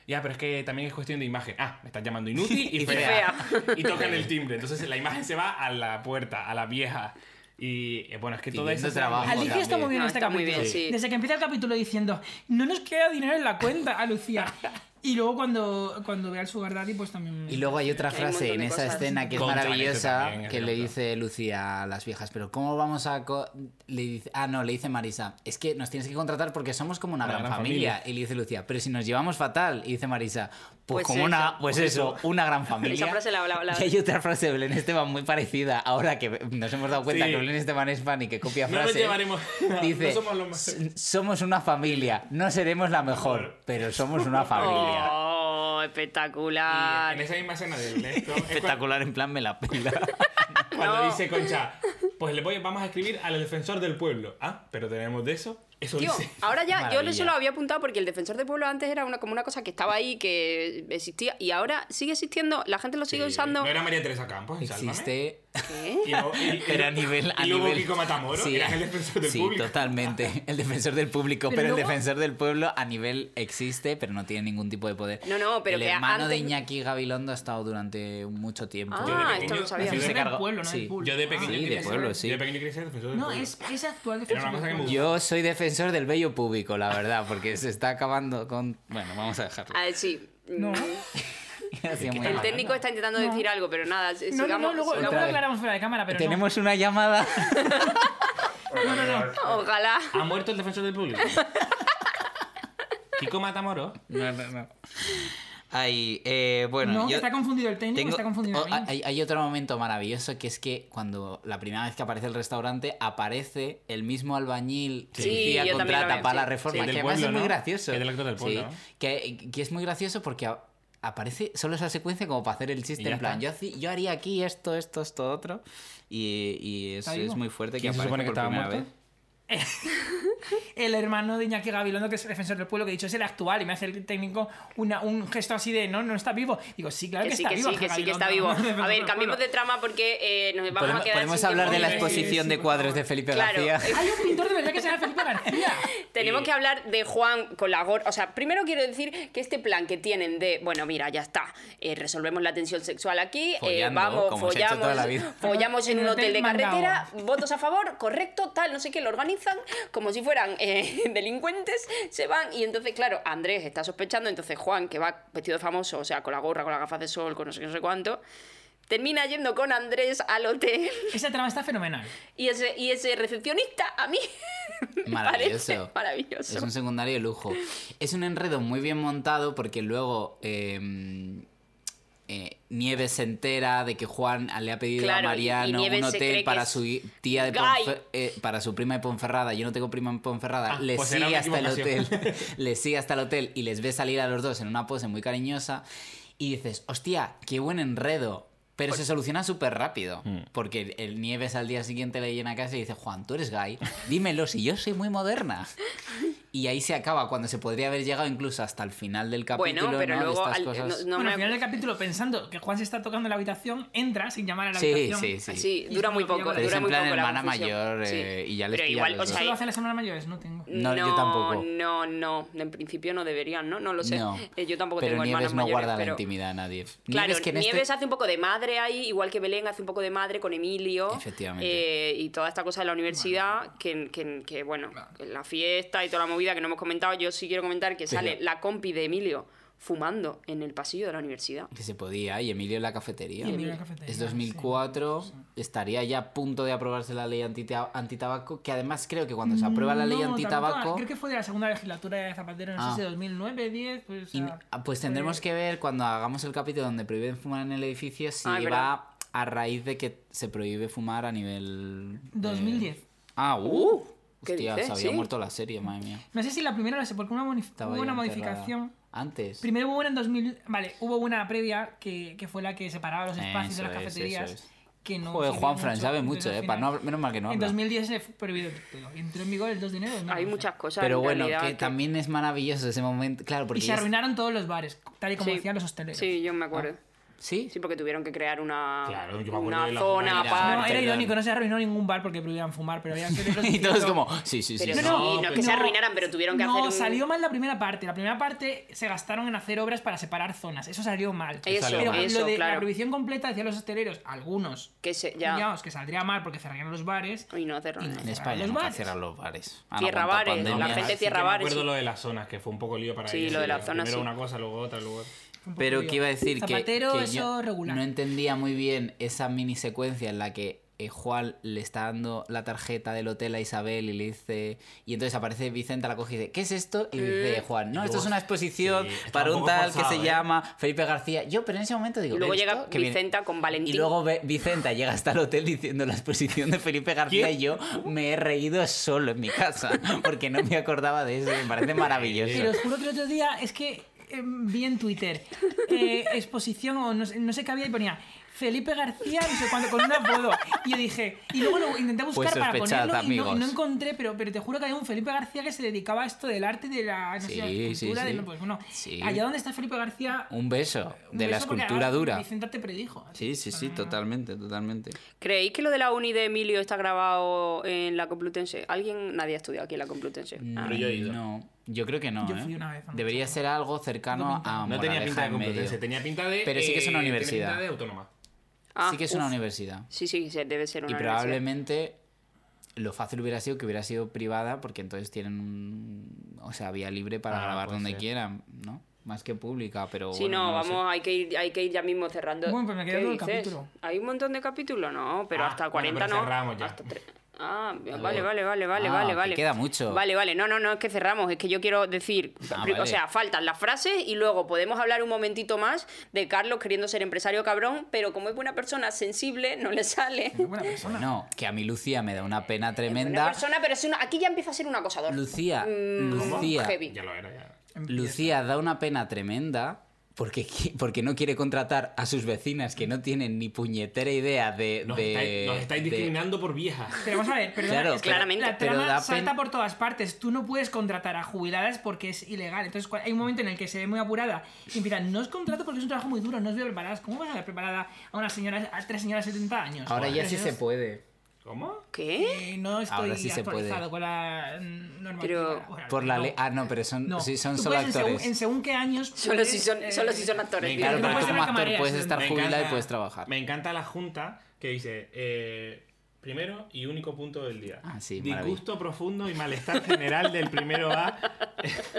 [SPEAKER 6] Ya, pero es que también es cuestión de imagen. Ah, me estás llamando inútil y,
[SPEAKER 5] Y
[SPEAKER 6] fea.
[SPEAKER 1] fea.
[SPEAKER 6] Y tocan el timbre. Entonces la imagen se va a la puerta, a la vieja. Y eh, bueno, es que todo
[SPEAKER 5] Pidiendo
[SPEAKER 6] eso...
[SPEAKER 5] trabajo
[SPEAKER 2] Alicia
[SPEAKER 5] también.
[SPEAKER 2] está muy bien
[SPEAKER 1] No,
[SPEAKER 2] en este
[SPEAKER 1] Ah, está muy
[SPEAKER 2] capítulo.
[SPEAKER 1] bien, sí.
[SPEAKER 2] Desde que empieza el capítulo diciendo, no nos queda dinero en la cuenta, a Lucía. Y luego cuando, cuando ve al Sugar Daddy, pues también.
[SPEAKER 5] Y luego hay otra
[SPEAKER 1] Hay un montón
[SPEAKER 5] frase en
[SPEAKER 1] de
[SPEAKER 5] esa
[SPEAKER 1] cosas.
[SPEAKER 5] escena que es
[SPEAKER 6] Concha, ese
[SPEAKER 5] maravillosa
[SPEAKER 6] también,
[SPEAKER 5] que
[SPEAKER 6] ese
[SPEAKER 5] le
[SPEAKER 6] otro.
[SPEAKER 5] dice Lucía a las viejas, pero ¿cómo vamos a...? co-?" Le dice, ah, no, le dice Marisa, es que nos tienes que contratar porque somos como una gran, familia. Y le dice Lucía, pero si nos llevamos fatal. Y dice Marisa, pues,
[SPEAKER 1] Pues
[SPEAKER 5] como
[SPEAKER 1] eso.
[SPEAKER 5] una... Pues eso, una gran familia.
[SPEAKER 1] Esa frase la- la- la-
[SPEAKER 5] Y hay otra frase de Belén Esteban muy parecida, ahora que nos hemos dado cuenta
[SPEAKER 6] Sí.
[SPEAKER 5] que Belén Esteban es fan y que copia
[SPEAKER 6] No nos
[SPEAKER 5] frases.
[SPEAKER 6] llevaremos- no, no
[SPEAKER 5] dice,
[SPEAKER 6] somos lo más-
[SPEAKER 5] "S- somos una familia, no seremos la mejor, pero somos una familia.
[SPEAKER 1] Oh,
[SPEAKER 6] Y
[SPEAKER 1] espectacular.
[SPEAKER 6] en esa misma escena del esto... es cuando-
[SPEAKER 5] Espectacular, en plan me la pela.
[SPEAKER 6] Cuando
[SPEAKER 1] No.
[SPEAKER 6] dice Concha, pues le voy, vamos a escribir al defensor del pueblo. Ah, pero tenemos de eso. Eso
[SPEAKER 1] Tío,
[SPEAKER 6] dice.
[SPEAKER 1] ahora ya, yo
[SPEAKER 5] Maravilla.
[SPEAKER 1] eso lo había apuntado porque el defensor del pueblo antes era una, como una cosa que estaba ahí, que existía, y ahora sigue existiendo, la gente lo sigue usando.
[SPEAKER 6] No era María Teresa Campos, en Sálvame?
[SPEAKER 5] Existe,
[SPEAKER 1] ¿Qué?
[SPEAKER 6] Y luego- y- y-
[SPEAKER 5] pero a nivel. A
[SPEAKER 6] y luego
[SPEAKER 5] nivel...
[SPEAKER 6] Kiko Matamoro,
[SPEAKER 5] Sí,
[SPEAKER 6] era el defensor del
[SPEAKER 5] sí,
[SPEAKER 6] público.
[SPEAKER 5] totalmente. El defensor del público, pero,
[SPEAKER 2] Pero
[SPEAKER 5] el
[SPEAKER 2] luego-
[SPEAKER 5] defensor del pueblo a nivel existe, pero no tiene ningún tipo de poder.
[SPEAKER 1] No, no, pero
[SPEAKER 5] El
[SPEAKER 1] que
[SPEAKER 5] hermano de
[SPEAKER 1] antes-
[SPEAKER 5] Iñaki Gabilondo ha estado durante mucho tiempo.
[SPEAKER 1] Ah,
[SPEAKER 6] Yo de pequeño-
[SPEAKER 1] esto no lo sabía.
[SPEAKER 5] Sí, se
[SPEAKER 2] Del
[SPEAKER 5] cargó-
[SPEAKER 2] pueblo, no
[SPEAKER 5] sí.
[SPEAKER 2] del pueblo.
[SPEAKER 6] Yo de
[SPEAKER 2] Ah.
[SPEAKER 6] pequeño
[SPEAKER 5] Sí, de
[SPEAKER 6] quería ser-
[SPEAKER 5] pueblo, sí.
[SPEAKER 6] Yo de pequeño quería ser defensor del
[SPEAKER 2] No,
[SPEAKER 6] pueblo.
[SPEAKER 2] es, es actual
[SPEAKER 6] Era una
[SPEAKER 2] defensor
[SPEAKER 6] cosa que
[SPEAKER 2] del
[SPEAKER 6] me
[SPEAKER 2] pueblo.
[SPEAKER 5] Yo soy defensor del bello público, la verdad, porque se está acabando con. Bueno, vamos a dejarlo.
[SPEAKER 1] A ver, sí.
[SPEAKER 2] No.
[SPEAKER 1] Mm,
[SPEAKER 5] Ha sido muy
[SPEAKER 1] El
[SPEAKER 5] mal.
[SPEAKER 1] técnico está intentando decir algo, pero nada, si-
[SPEAKER 2] No, no, no,
[SPEAKER 1] sigamos.
[SPEAKER 2] luego, luego
[SPEAKER 1] sigamos.
[SPEAKER 2] lo aclaramos fuera de cámara, pero no.
[SPEAKER 5] Tenemos una llamada.
[SPEAKER 1] Ojalá.
[SPEAKER 6] ¿Ha muerto el defensor del público? Kiko Matamoro.
[SPEAKER 5] No, no, no. Hay, eh, bueno,
[SPEAKER 2] no,
[SPEAKER 5] yo
[SPEAKER 2] está confundido el técnico,
[SPEAKER 5] tengo-
[SPEAKER 2] está confundido.
[SPEAKER 5] oh,
[SPEAKER 2] el niño.
[SPEAKER 5] hay, hay otro momento maravilloso que es que cuando la primera vez que aparece el restaurante aparece el mismo albañil que
[SPEAKER 1] Sí,
[SPEAKER 5] Lucía
[SPEAKER 1] yo también lo
[SPEAKER 5] contrata
[SPEAKER 1] veo,
[SPEAKER 5] para la
[SPEAKER 1] sí,
[SPEAKER 5] reforma,
[SPEAKER 1] sí.
[SPEAKER 5] que
[SPEAKER 6] Del
[SPEAKER 5] además
[SPEAKER 6] pueblo,
[SPEAKER 5] es muy
[SPEAKER 6] ¿no?
[SPEAKER 5] gracioso.
[SPEAKER 6] Que es del actor del pueblo,
[SPEAKER 5] Sí,
[SPEAKER 6] ¿no?
[SPEAKER 5] que, que es muy gracioso porque a- aparece solo esa secuencia como para hacer el
[SPEAKER 6] Y
[SPEAKER 5] chiste
[SPEAKER 6] ya
[SPEAKER 5] en plan,
[SPEAKER 6] está.
[SPEAKER 5] yo, haci- yo haría aquí esto, esto, esto, otro. Y, y es,
[SPEAKER 2] Está vivo.
[SPEAKER 5] es muy fuerte que
[SPEAKER 6] ¿Quién se
[SPEAKER 5] aparece
[SPEAKER 6] supone que
[SPEAKER 5] por
[SPEAKER 6] estaba
[SPEAKER 5] primera
[SPEAKER 6] muerto?
[SPEAKER 5] vez.
[SPEAKER 2] El hermano de Iñaki Gabilondo, que es defensor del pueblo, que he dicho es el actual, y me hace el técnico una, un gesto así de no, no está vivo. Digo, sí, claro que,
[SPEAKER 1] Que sí,
[SPEAKER 2] está
[SPEAKER 1] que
[SPEAKER 2] vivo.
[SPEAKER 1] sí, que sí, que está vivo.
[SPEAKER 2] Gabilondo,
[SPEAKER 1] A
[SPEAKER 2] defensor
[SPEAKER 1] ver,
[SPEAKER 2] del
[SPEAKER 1] cambiemos de
[SPEAKER 2] pueblo.
[SPEAKER 1] trama porque eh, nos vamos
[SPEAKER 5] Podemos,
[SPEAKER 1] a quedar
[SPEAKER 5] podemos
[SPEAKER 1] sin
[SPEAKER 5] hablar de
[SPEAKER 1] tiempo.
[SPEAKER 5] la
[SPEAKER 2] Sí, sí,
[SPEAKER 5] exposición
[SPEAKER 2] sí,
[SPEAKER 5] de
[SPEAKER 2] por
[SPEAKER 5] cuadros
[SPEAKER 2] favor.
[SPEAKER 5] de Felipe
[SPEAKER 1] Claro.
[SPEAKER 5] García.
[SPEAKER 2] Hay un pintor de verdad que se llama Felipe García.
[SPEAKER 1] Tenemos que hablar de Juan con la gorra. O sea, primero quiero decir que este plan que tienen de, bueno, mira, ya está, eh, resolvemos la tensión sexual aquí, eh,
[SPEAKER 5] Follando,
[SPEAKER 1] vamos,
[SPEAKER 5] como se ha hecho
[SPEAKER 1] follamos,
[SPEAKER 5] toda la vida.
[SPEAKER 1] follamos en
[SPEAKER 2] En
[SPEAKER 1] un
[SPEAKER 2] el
[SPEAKER 1] hotel de
[SPEAKER 2] hotel Mandao.
[SPEAKER 1] carretera, votos a favor, correcto, tal, no sé qué, lo organizan como si fueran eh, delincuentes, se van y entonces, claro, Andrés está sospechando, entonces Juan, que va vestido de famoso, o sea, con la gorra, con las gafas de sol, con no sé qué, no sé cuánto, termina yendo con Andrés al hotel
[SPEAKER 2] Esa trama está fenomenal.
[SPEAKER 1] y ese, y ese recepcionista a mí me parece
[SPEAKER 5] Maravilloso.
[SPEAKER 1] maravilloso.
[SPEAKER 5] Es un secundario de lujo. Es un enredo muy bien montado porque luego eh, eh, Nieves se entera de que Juan le ha pedido
[SPEAKER 1] Claro, y-
[SPEAKER 5] a
[SPEAKER 1] y
[SPEAKER 5] Mariano
[SPEAKER 1] Nieves
[SPEAKER 5] un
[SPEAKER 1] se cree que
[SPEAKER 5] hotel para
[SPEAKER 1] es
[SPEAKER 5] su tía de
[SPEAKER 1] gay.
[SPEAKER 5] Ponfe- eh, para su prima de Ponferrada. Yo no tengo prima en Ponferrada.
[SPEAKER 6] Ah,
[SPEAKER 5] le
[SPEAKER 6] pues era
[SPEAKER 5] sigue
[SPEAKER 6] una
[SPEAKER 5] hasta el hotel.
[SPEAKER 6] equivocación.
[SPEAKER 5] le sigue hasta el hotel y les ve salir a los dos en una pose muy cariñosa. Y dices, hostia, qué buen enredo. Pero
[SPEAKER 6] Pues-
[SPEAKER 5] se soluciona súper rápido.
[SPEAKER 6] Mm.
[SPEAKER 5] Porque el- el Nieves al día siguiente le llena a casa y dice, Juan, tú eres gay. Dímelo, si yo soy muy moderna. Y ahí se acaba, cuando se podría haber llegado incluso hasta el final del capítulo.
[SPEAKER 1] Bueno, pero
[SPEAKER 5] ¿no? De
[SPEAKER 1] luego
[SPEAKER 5] estas
[SPEAKER 1] al,
[SPEAKER 5] cosas.
[SPEAKER 1] no- no
[SPEAKER 2] bueno,
[SPEAKER 1] me-
[SPEAKER 2] al final del capítulo, pensando que Juan se está tocando en la habitación, entra sin llamar a la
[SPEAKER 5] sí,
[SPEAKER 2] habitación.
[SPEAKER 5] sí,
[SPEAKER 1] sí,
[SPEAKER 5] sí,
[SPEAKER 1] dura muy poco.
[SPEAKER 2] Pero
[SPEAKER 5] es
[SPEAKER 1] dura
[SPEAKER 5] en
[SPEAKER 1] muy
[SPEAKER 5] plan
[SPEAKER 1] poco la
[SPEAKER 5] hermana
[SPEAKER 1] confusión.
[SPEAKER 5] mayor, eh, y ya les
[SPEAKER 1] Pero
[SPEAKER 5] pilla a
[SPEAKER 1] igual,
[SPEAKER 5] los
[SPEAKER 1] o sea,
[SPEAKER 5] dos.
[SPEAKER 2] ¿Eso lo hace las hermanas mayores? No tengo.
[SPEAKER 5] No, yo tampoco.
[SPEAKER 1] No, no, en principio no deberían, ¿no? No lo sé.
[SPEAKER 5] No.
[SPEAKER 1] Eh, yo tampoco
[SPEAKER 5] pero
[SPEAKER 1] tengo
[SPEAKER 5] Nieves
[SPEAKER 1] hermanas
[SPEAKER 5] no
[SPEAKER 1] mayores,
[SPEAKER 5] guarda la
[SPEAKER 1] pero-
[SPEAKER 5] intimidad a nadie.
[SPEAKER 1] Claro, Nieves,
[SPEAKER 5] que en este-
[SPEAKER 1] hace un poco de madre ahí, igual que Belén hace un poco de madre con Emilio.
[SPEAKER 5] Efectivamente.
[SPEAKER 1] eh, y toda esta cosa de la universidad, que, que- que, bueno, que la fiesta y toda la movida que no hemos comentado, yo sí quiero comentar que
[SPEAKER 5] Pero-
[SPEAKER 1] sale la compi de Emilio fumando en el pasillo de la universidad.
[SPEAKER 5] Que se podía, y Emilio en la cafetería.
[SPEAKER 2] Y Emilio en la cafetería,
[SPEAKER 5] Es 2004, estaría ya a punto de aprobarse la ley antita- antitabaco, que además creo que cuando se aprueba la ley
[SPEAKER 2] Mm, No,
[SPEAKER 5] antitabaco...
[SPEAKER 2] tampoco, Creo que fue de la segunda legislatura de Zapatero, no
[SPEAKER 5] Ah.
[SPEAKER 2] sé si 2009, 10. Pues,
[SPEAKER 5] Y,
[SPEAKER 2] ah,
[SPEAKER 5] ah, pues tendremos que ver cuando hagamos el capítulo donde prohíben fumar en el edificio si
[SPEAKER 1] Ah, es verdad.
[SPEAKER 5] va a raíz de que se prohíbe fumar a nivel... eh,
[SPEAKER 2] 2010.
[SPEAKER 5] Ah, uh.
[SPEAKER 1] ¿qué
[SPEAKER 5] Hostia,
[SPEAKER 1] dices?
[SPEAKER 5] se había
[SPEAKER 1] Sí.
[SPEAKER 5] muerto la serie, madre mía.
[SPEAKER 2] No sé si la primera o la segunda, porque hubo una, moni-
[SPEAKER 5] Estaba
[SPEAKER 2] hubo
[SPEAKER 5] ya
[SPEAKER 2] una
[SPEAKER 5] enterrada.
[SPEAKER 2] modificación.
[SPEAKER 5] Antes.
[SPEAKER 2] Primero hubo una en 2000. Vale, hubo una previa que, que fue la que separaba los espacios
[SPEAKER 5] Eso
[SPEAKER 2] de las
[SPEAKER 5] es,
[SPEAKER 2] cafeterías.
[SPEAKER 5] eso es.
[SPEAKER 2] Que no
[SPEAKER 5] Joder,
[SPEAKER 2] sirvió
[SPEAKER 5] Juan Fran
[SPEAKER 2] mucho,
[SPEAKER 5] sabe
[SPEAKER 2] entonces,
[SPEAKER 5] mucho,
[SPEAKER 2] al
[SPEAKER 5] eh. para
[SPEAKER 2] final-
[SPEAKER 5] no, menos mal que no
[SPEAKER 2] en
[SPEAKER 5] habla.
[SPEAKER 2] 2010 se fue prohibido todo. Entró en vigor el 2 de enero. de
[SPEAKER 1] Hay
[SPEAKER 2] 2011.
[SPEAKER 1] muchas cosas.
[SPEAKER 5] Pero
[SPEAKER 1] en
[SPEAKER 5] bueno,
[SPEAKER 1] realidad,
[SPEAKER 5] que
[SPEAKER 1] que-
[SPEAKER 5] también es maravilloso ese momento. Claro, porque...
[SPEAKER 2] Y se
[SPEAKER 5] es-
[SPEAKER 2] arruinaron todos los bares, tal y como
[SPEAKER 1] Sí.
[SPEAKER 2] decían los hosteleros.
[SPEAKER 1] Sí, yo me acuerdo.
[SPEAKER 5] ¿Sí?
[SPEAKER 1] Sí, porque tuvieron que crear una,
[SPEAKER 6] Claro, yo me acuerdo
[SPEAKER 1] una
[SPEAKER 6] de la
[SPEAKER 1] zona
[SPEAKER 6] humanidad.
[SPEAKER 2] No,
[SPEAKER 1] aparte.
[SPEAKER 2] era
[SPEAKER 5] Perdón.
[SPEAKER 2] irónico, no se arruinó ningún bar porque prohibían fumar, pero había que verlos
[SPEAKER 5] y todos
[SPEAKER 2] diciendo-
[SPEAKER 5] como... Sí, sí, sí.
[SPEAKER 1] Pero
[SPEAKER 5] sí.
[SPEAKER 1] no, sí, no, es que se
[SPEAKER 2] pero-
[SPEAKER 1] arruinaran, pero tuvieron que
[SPEAKER 2] no,
[SPEAKER 1] hacer un...
[SPEAKER 2] salió mal la primera parte. La primera parte se gastaron en hacer obras para separar zonas. Eso salió mal.
[SPEAKER 1] Eso,
[SPEAKER 2] pero
[SPEAKER 1] eso,
[SPEAKER 2] lo de
[SPEAKER 1] claro.
[SPEAKER 2] la prohibición completa, decían los hosteleros, algunos,
[SPEAKER 1] Que se, ya...
[SPEAKER 2] cuñados, que saldría mal porque cerrarían los bares.
[SPEAKER 1] Y no cerraron.
[SPEAKER 2] Y-
[SPEAKER 5] En
[SPEAKER 2] Los
[SPEAKER 5] España nunca
[SPEAKER 2] bares.
[SPEAKER 5] cierran los bares. Ah, Han
[SPEAKER 1] Cierra
[SPEAKER 5] aguantado
[SPEAKER 1] bares, la
[SPEAKER 5] pandemias.
[SPEAKER 1] gente
[SPEAKER 6] Sí que
[SPEAKER 1] cierra
[SPEAKER 6] me
[SPEAKER 1] bares,
[SPEAKER 6] acuerdo
[SPEAKER 1] sí.
[SPEAKER 6] lo de las zonas, que fue un poco lío para
[SPEAKER 1] Sí,
[SPEAKER 6] ellos,
[SPEAKER 1] lo de las
[SPEAKER 6] que
[SPEAKER 1] zonas,
[SPEAKER 6] Primero
[SPEAKER 1] sí.
[SPEAKER 6] una cosa, luego otra, luego otra.
[SPEAKER 2] Fue un poco
[SPEAKER 5] Pero
[SPEAKER 2] lío.
[SPEAKER 5] que iba a decir que,
[SPEAKER 2] Zapatero,
[SPEAKER 5] que
[SPEAKER 2] eso regular.
[SPEAKER 5] no entendía muy bien esa mini secuencia en la que eh, Juan le está dando la tarjeta del hotel a Isabel y le dice... Y entonces aparece Vicenta, la coge y dice, ¿qué es esto? Y dice Juan, no, esto es una exposición
[SPEAKER 6] Sí, está
[SPEAKER 5] para
[SPEAKER 6] un
[SPEAKER 5] un
[SPEAKER 6] poco
[SPEAKER 5] tal que
[SPEAKER 6] forzado,
[SPEAKER 5] se
[SPEAKER 6] ¿eh?
[SPEAKER 5] llama Felipe García. Yo, pero en ese momento digo...
[SPEAKER 1] Y luego
[SPEAKER 5] "¿Esto
[SPEAKER 1] llega
[SPEAKER 5] que viene?".
[SPEAKER 1] Vicenta con Valentín.
[SPEAKER 5] Y luego ve- Vicenta llega hasta el hotel diciendo la exposición de Felipe García y yo me he reído solo en mi casa porque no me acordaba de eso. Me parece maravilloso.
[SPEAKER 2] Pero os juro que el otro día es que eh, vi en Twitter eh, exposición o no, sé- no sé qué había y ponía Felipe García, no sé cuándo, con un apodo. Y yo dije, y luego lo intenté buscar
[SPEAKER 5] Pues
[SPEAKER 2] para
[SPEAKER 5] sospechad,
[SPEAKER 2] ponerlo y no- y no,
[SPEAKER 5] amigos.
[SPEAKER 2] encontré, pero, pero te juro que había un Felipe García que se dedicaba a esto del arte, de la, no sé,
[SPEAKER 5] Sí,
[SPEAKER 2] la escultura,
[SPEAKER 5] sí,
[SPEAKER 2] de-
[SPEAKER 5] sí.
[SPEAKER 2] pues bueno,
[SPEAKER 5] Sí.
[SPEAKER 2] allá donde está Felipe García...
[SPEAKER 5] Un beso
[SPEAKER 2] un
[SPEAKER 5] de la
[SPEAKER 2] beso porque
[SPEAKER 5] escultura
[SPEAKER 2] ahora
[SPEAKER 5] dura.
[SPEAKER 2] Vicenta te predijo.
[SPEAKER 5] Sí, sí,
[SPEAKER 6] Ah.
[SPEAKER 5] sí, totalmente, totalmente.
[SPEAKER 1] ¿Creéis que lo de la uni de Emilio está grabado en la Complutense? ¿Alguien? Nadie ha estudiado aquí en la Complutense. Ah.
[SPEAKER 5] Mm,
[SPEAKER 6] Pero yo he ido.
[SPEAKER 5] No, yo creo que no.
[SPEAKER 2] Yo
[SPEAKER 5] ¿eh?
[SPEAKER 2] fui una vez, no me
[SPEAKER 5] Debería ser algo cercano a
[SPEAKER 6] No tenía
[SPEAKER 5] Moraleja
[SPEAKER 6] pinta de
[SPEAKER 5] en medio.
[SPEAKER 6] competencia, tenía pinta de...
[SPEAKER 5] Pero sí que es una
[SPEAKER 6] eh, tiene
[SPEAKER 5] universidad.
[SPEAKER 6] pinta de autónoma.
[SPEAKER 1] Ah,
[SPEAKER 5] sí que es una
[SPEAKER 1] uf.
[SPEAKER 5] universidad.
[SPEAKER 1] Sí, sí, sí, debe ser una
[SPEAKER 5] y
[SPEAKER 1] universidad.
[SPEAKER 5] probablemente lo fácil hubiera sido que hubiera sido privada porque entonces tienen un... O sea, vía libre para
[SPEAKER 6] Ah,
[SPEAKER 5] grabar
[SPEAKER 6] puede
[SPEAKER 5] donde
[SPEAKER 6] ser.
[SPEAKER 5] quieran, ¿no? Más que pública, pero...
[SPEAKER 1] Si
[SPEAKER 5] bueno,
[SPEAKER 1] no,
[SPEAKER 5] lo sé.
[SPEAKER 1] vamos, hay que, ir, hay que ir ya mismo cerrando.
[SPEAKER 2] Bueno, pues me queda
[SPEAKER 1] ¿Qué
[SPEAKER 2] todo el
[SPEAKER 1] dices?
[SPEAKER 2] capítulo.
[SPEAKER 1] Hay un montón de capítulos, no, pero
[SPEAKER 6] Ah,
[SPEAKER 1] hasta
[SPEAKER 6] bueno,
[SPEAKER 1] 40
[SPEAKER 6] pero
[SPEAKER 1] no.
[SPEAKER 6] cerramos ya.
[SPEAKER 1] Hasta tre- Ah, vale, vale, vale, vale,
[SPEAKER 5] Ah,
[SPEAKER 1] vale,
[SPEAKER 5] que
[SPEAKER 1] vale.
[SPEAKER 5] queda mucho.
[SPEAKER 1] Vale, vale. No, no, no, es que cerramos. Es que yo quiero decir.
[SPEAKER 5] Ah,
[SPEAKER 1] pri- O
[SPEAKER 5] vale.
[SPEAKER 1] sea, faltan las frases y luego podemos hablar un momentito más de Carlos queriendo ser empresario cabrón, pero como es buena persona sensible, no le sale.
[SPEAKER 2] Buena persona.
[SPEAKER 5] No, que a mí Lucía me da una pena
[SPEAKER 1] Buena
[SPEAKER 5] tremenda.
[SPEAKER 1] persona, pero es una- aquí ya empieza a ser un acosador.
[SPEAKER 5] Lucía,
[SPEAKER 1] Mm,
[SPEAKER 5] Lucía,
[SPEAKER 1] heavy.
[SPEAKER 6] Ya lo era, ya.
[SPEAKER 5] Lucía da una pena tremenda porque, qui- porque no quiere contratar a sus vecinas que no tienen ni puñetera idea de.
[SPEAKER 6] Nos,
[SPEAKER 5] de-
[SPEAKER 6] estáis, nos estáis
[SPEAKER 5] de-
[SPEAKER 6] discriminando por viejas.
[SPEAKER 2] Pero vamos a ver, perdona,
[SPEAKER 5] Claro,
[SPEAKER 2] es que
[SPEAKER 5] pero-
[SPEAKER 1] claramente,
[SPEAKER 2] la
[SPEAKER 5] pero
[SPEAKER 2] trama
[SPEAKER 5] da
[SPEAKER 2] salta
[SPEAKER 5] pen-
[SPEAKER 2] por todas partes. Tú no puedes contratar a jubiladas porque es ilegal. Entonces cua- hay un momento en el que se ve muy apurada y empieza, no os contrato porque es un trabajo muy duro, no os veo preparadas. ¿Cómo vas a ver preparada a una señora, a tres señoras de 70 años?
[SPEAKER 5] Ahora ya
[SPEAKER 2] Tres
[SPEAKER 5] sí se
[SPEAKER 2] señoras-
[SPEAKER 5] puede.
[SPEAKER 6] ¿Cómo?
[SPEAKER 1] ¿Qué?
[SPEAKER 2] Eh, no estoy
[SPEAKER 5] Ahora sí se puede.
[SPEAKER 2] actualizado con la mm, normativa.
[SPEAKER 1] Pero-
[SPEAKER 2] Bueno,
[SPEAKER 5] Por la
[SPEAKER 2] no.
[SPEAKER 5] ley. Ah, no, pero son,
[SPEAKER 2] No.
[SPEAKER 5] sí, son
[SPEAKER 2] Tú
[SPEAKER 5] solo
[SPEAKER 2] puedes en según-
[SPEAKER 5] actores.
[SPEAKER 2] En según qué años.
[SPEAKER 1] Solo
[SPEAKER 2] puedes,
[SPEAKER 1] si son,
[SPEAKER 2] eh,
[SPEAKER 1] solo si son actores.
[SPEAKER 6] me
[SPEAKER 1] tío.
[SPEAKER 5] Claro,
[SPEAKER 2] no
[SPEAKER 5] pero
[SPEAKER 2] puedes
[SPEAKER 5] como
[SPEAKER 2] ser una
[SPEAKER 5] actor puedes
[SPEAKER 2] camarera,
[SPEAKER 5] estar
[SPEAKER 2] sí,
[SPEAKER 6] Me
[SPEAKER 5] jubilado y
[SPEAKER 6] encanta-
[SPEAKER 5] puedes trabajar.
[SPEAKER 6] Me encanta la junta que dice. eh, Primero y único punto del día.
[SPEAKER 5] Ah, sí,
[SPEAKER 6] Disgusto profundo y malestar general del primero A,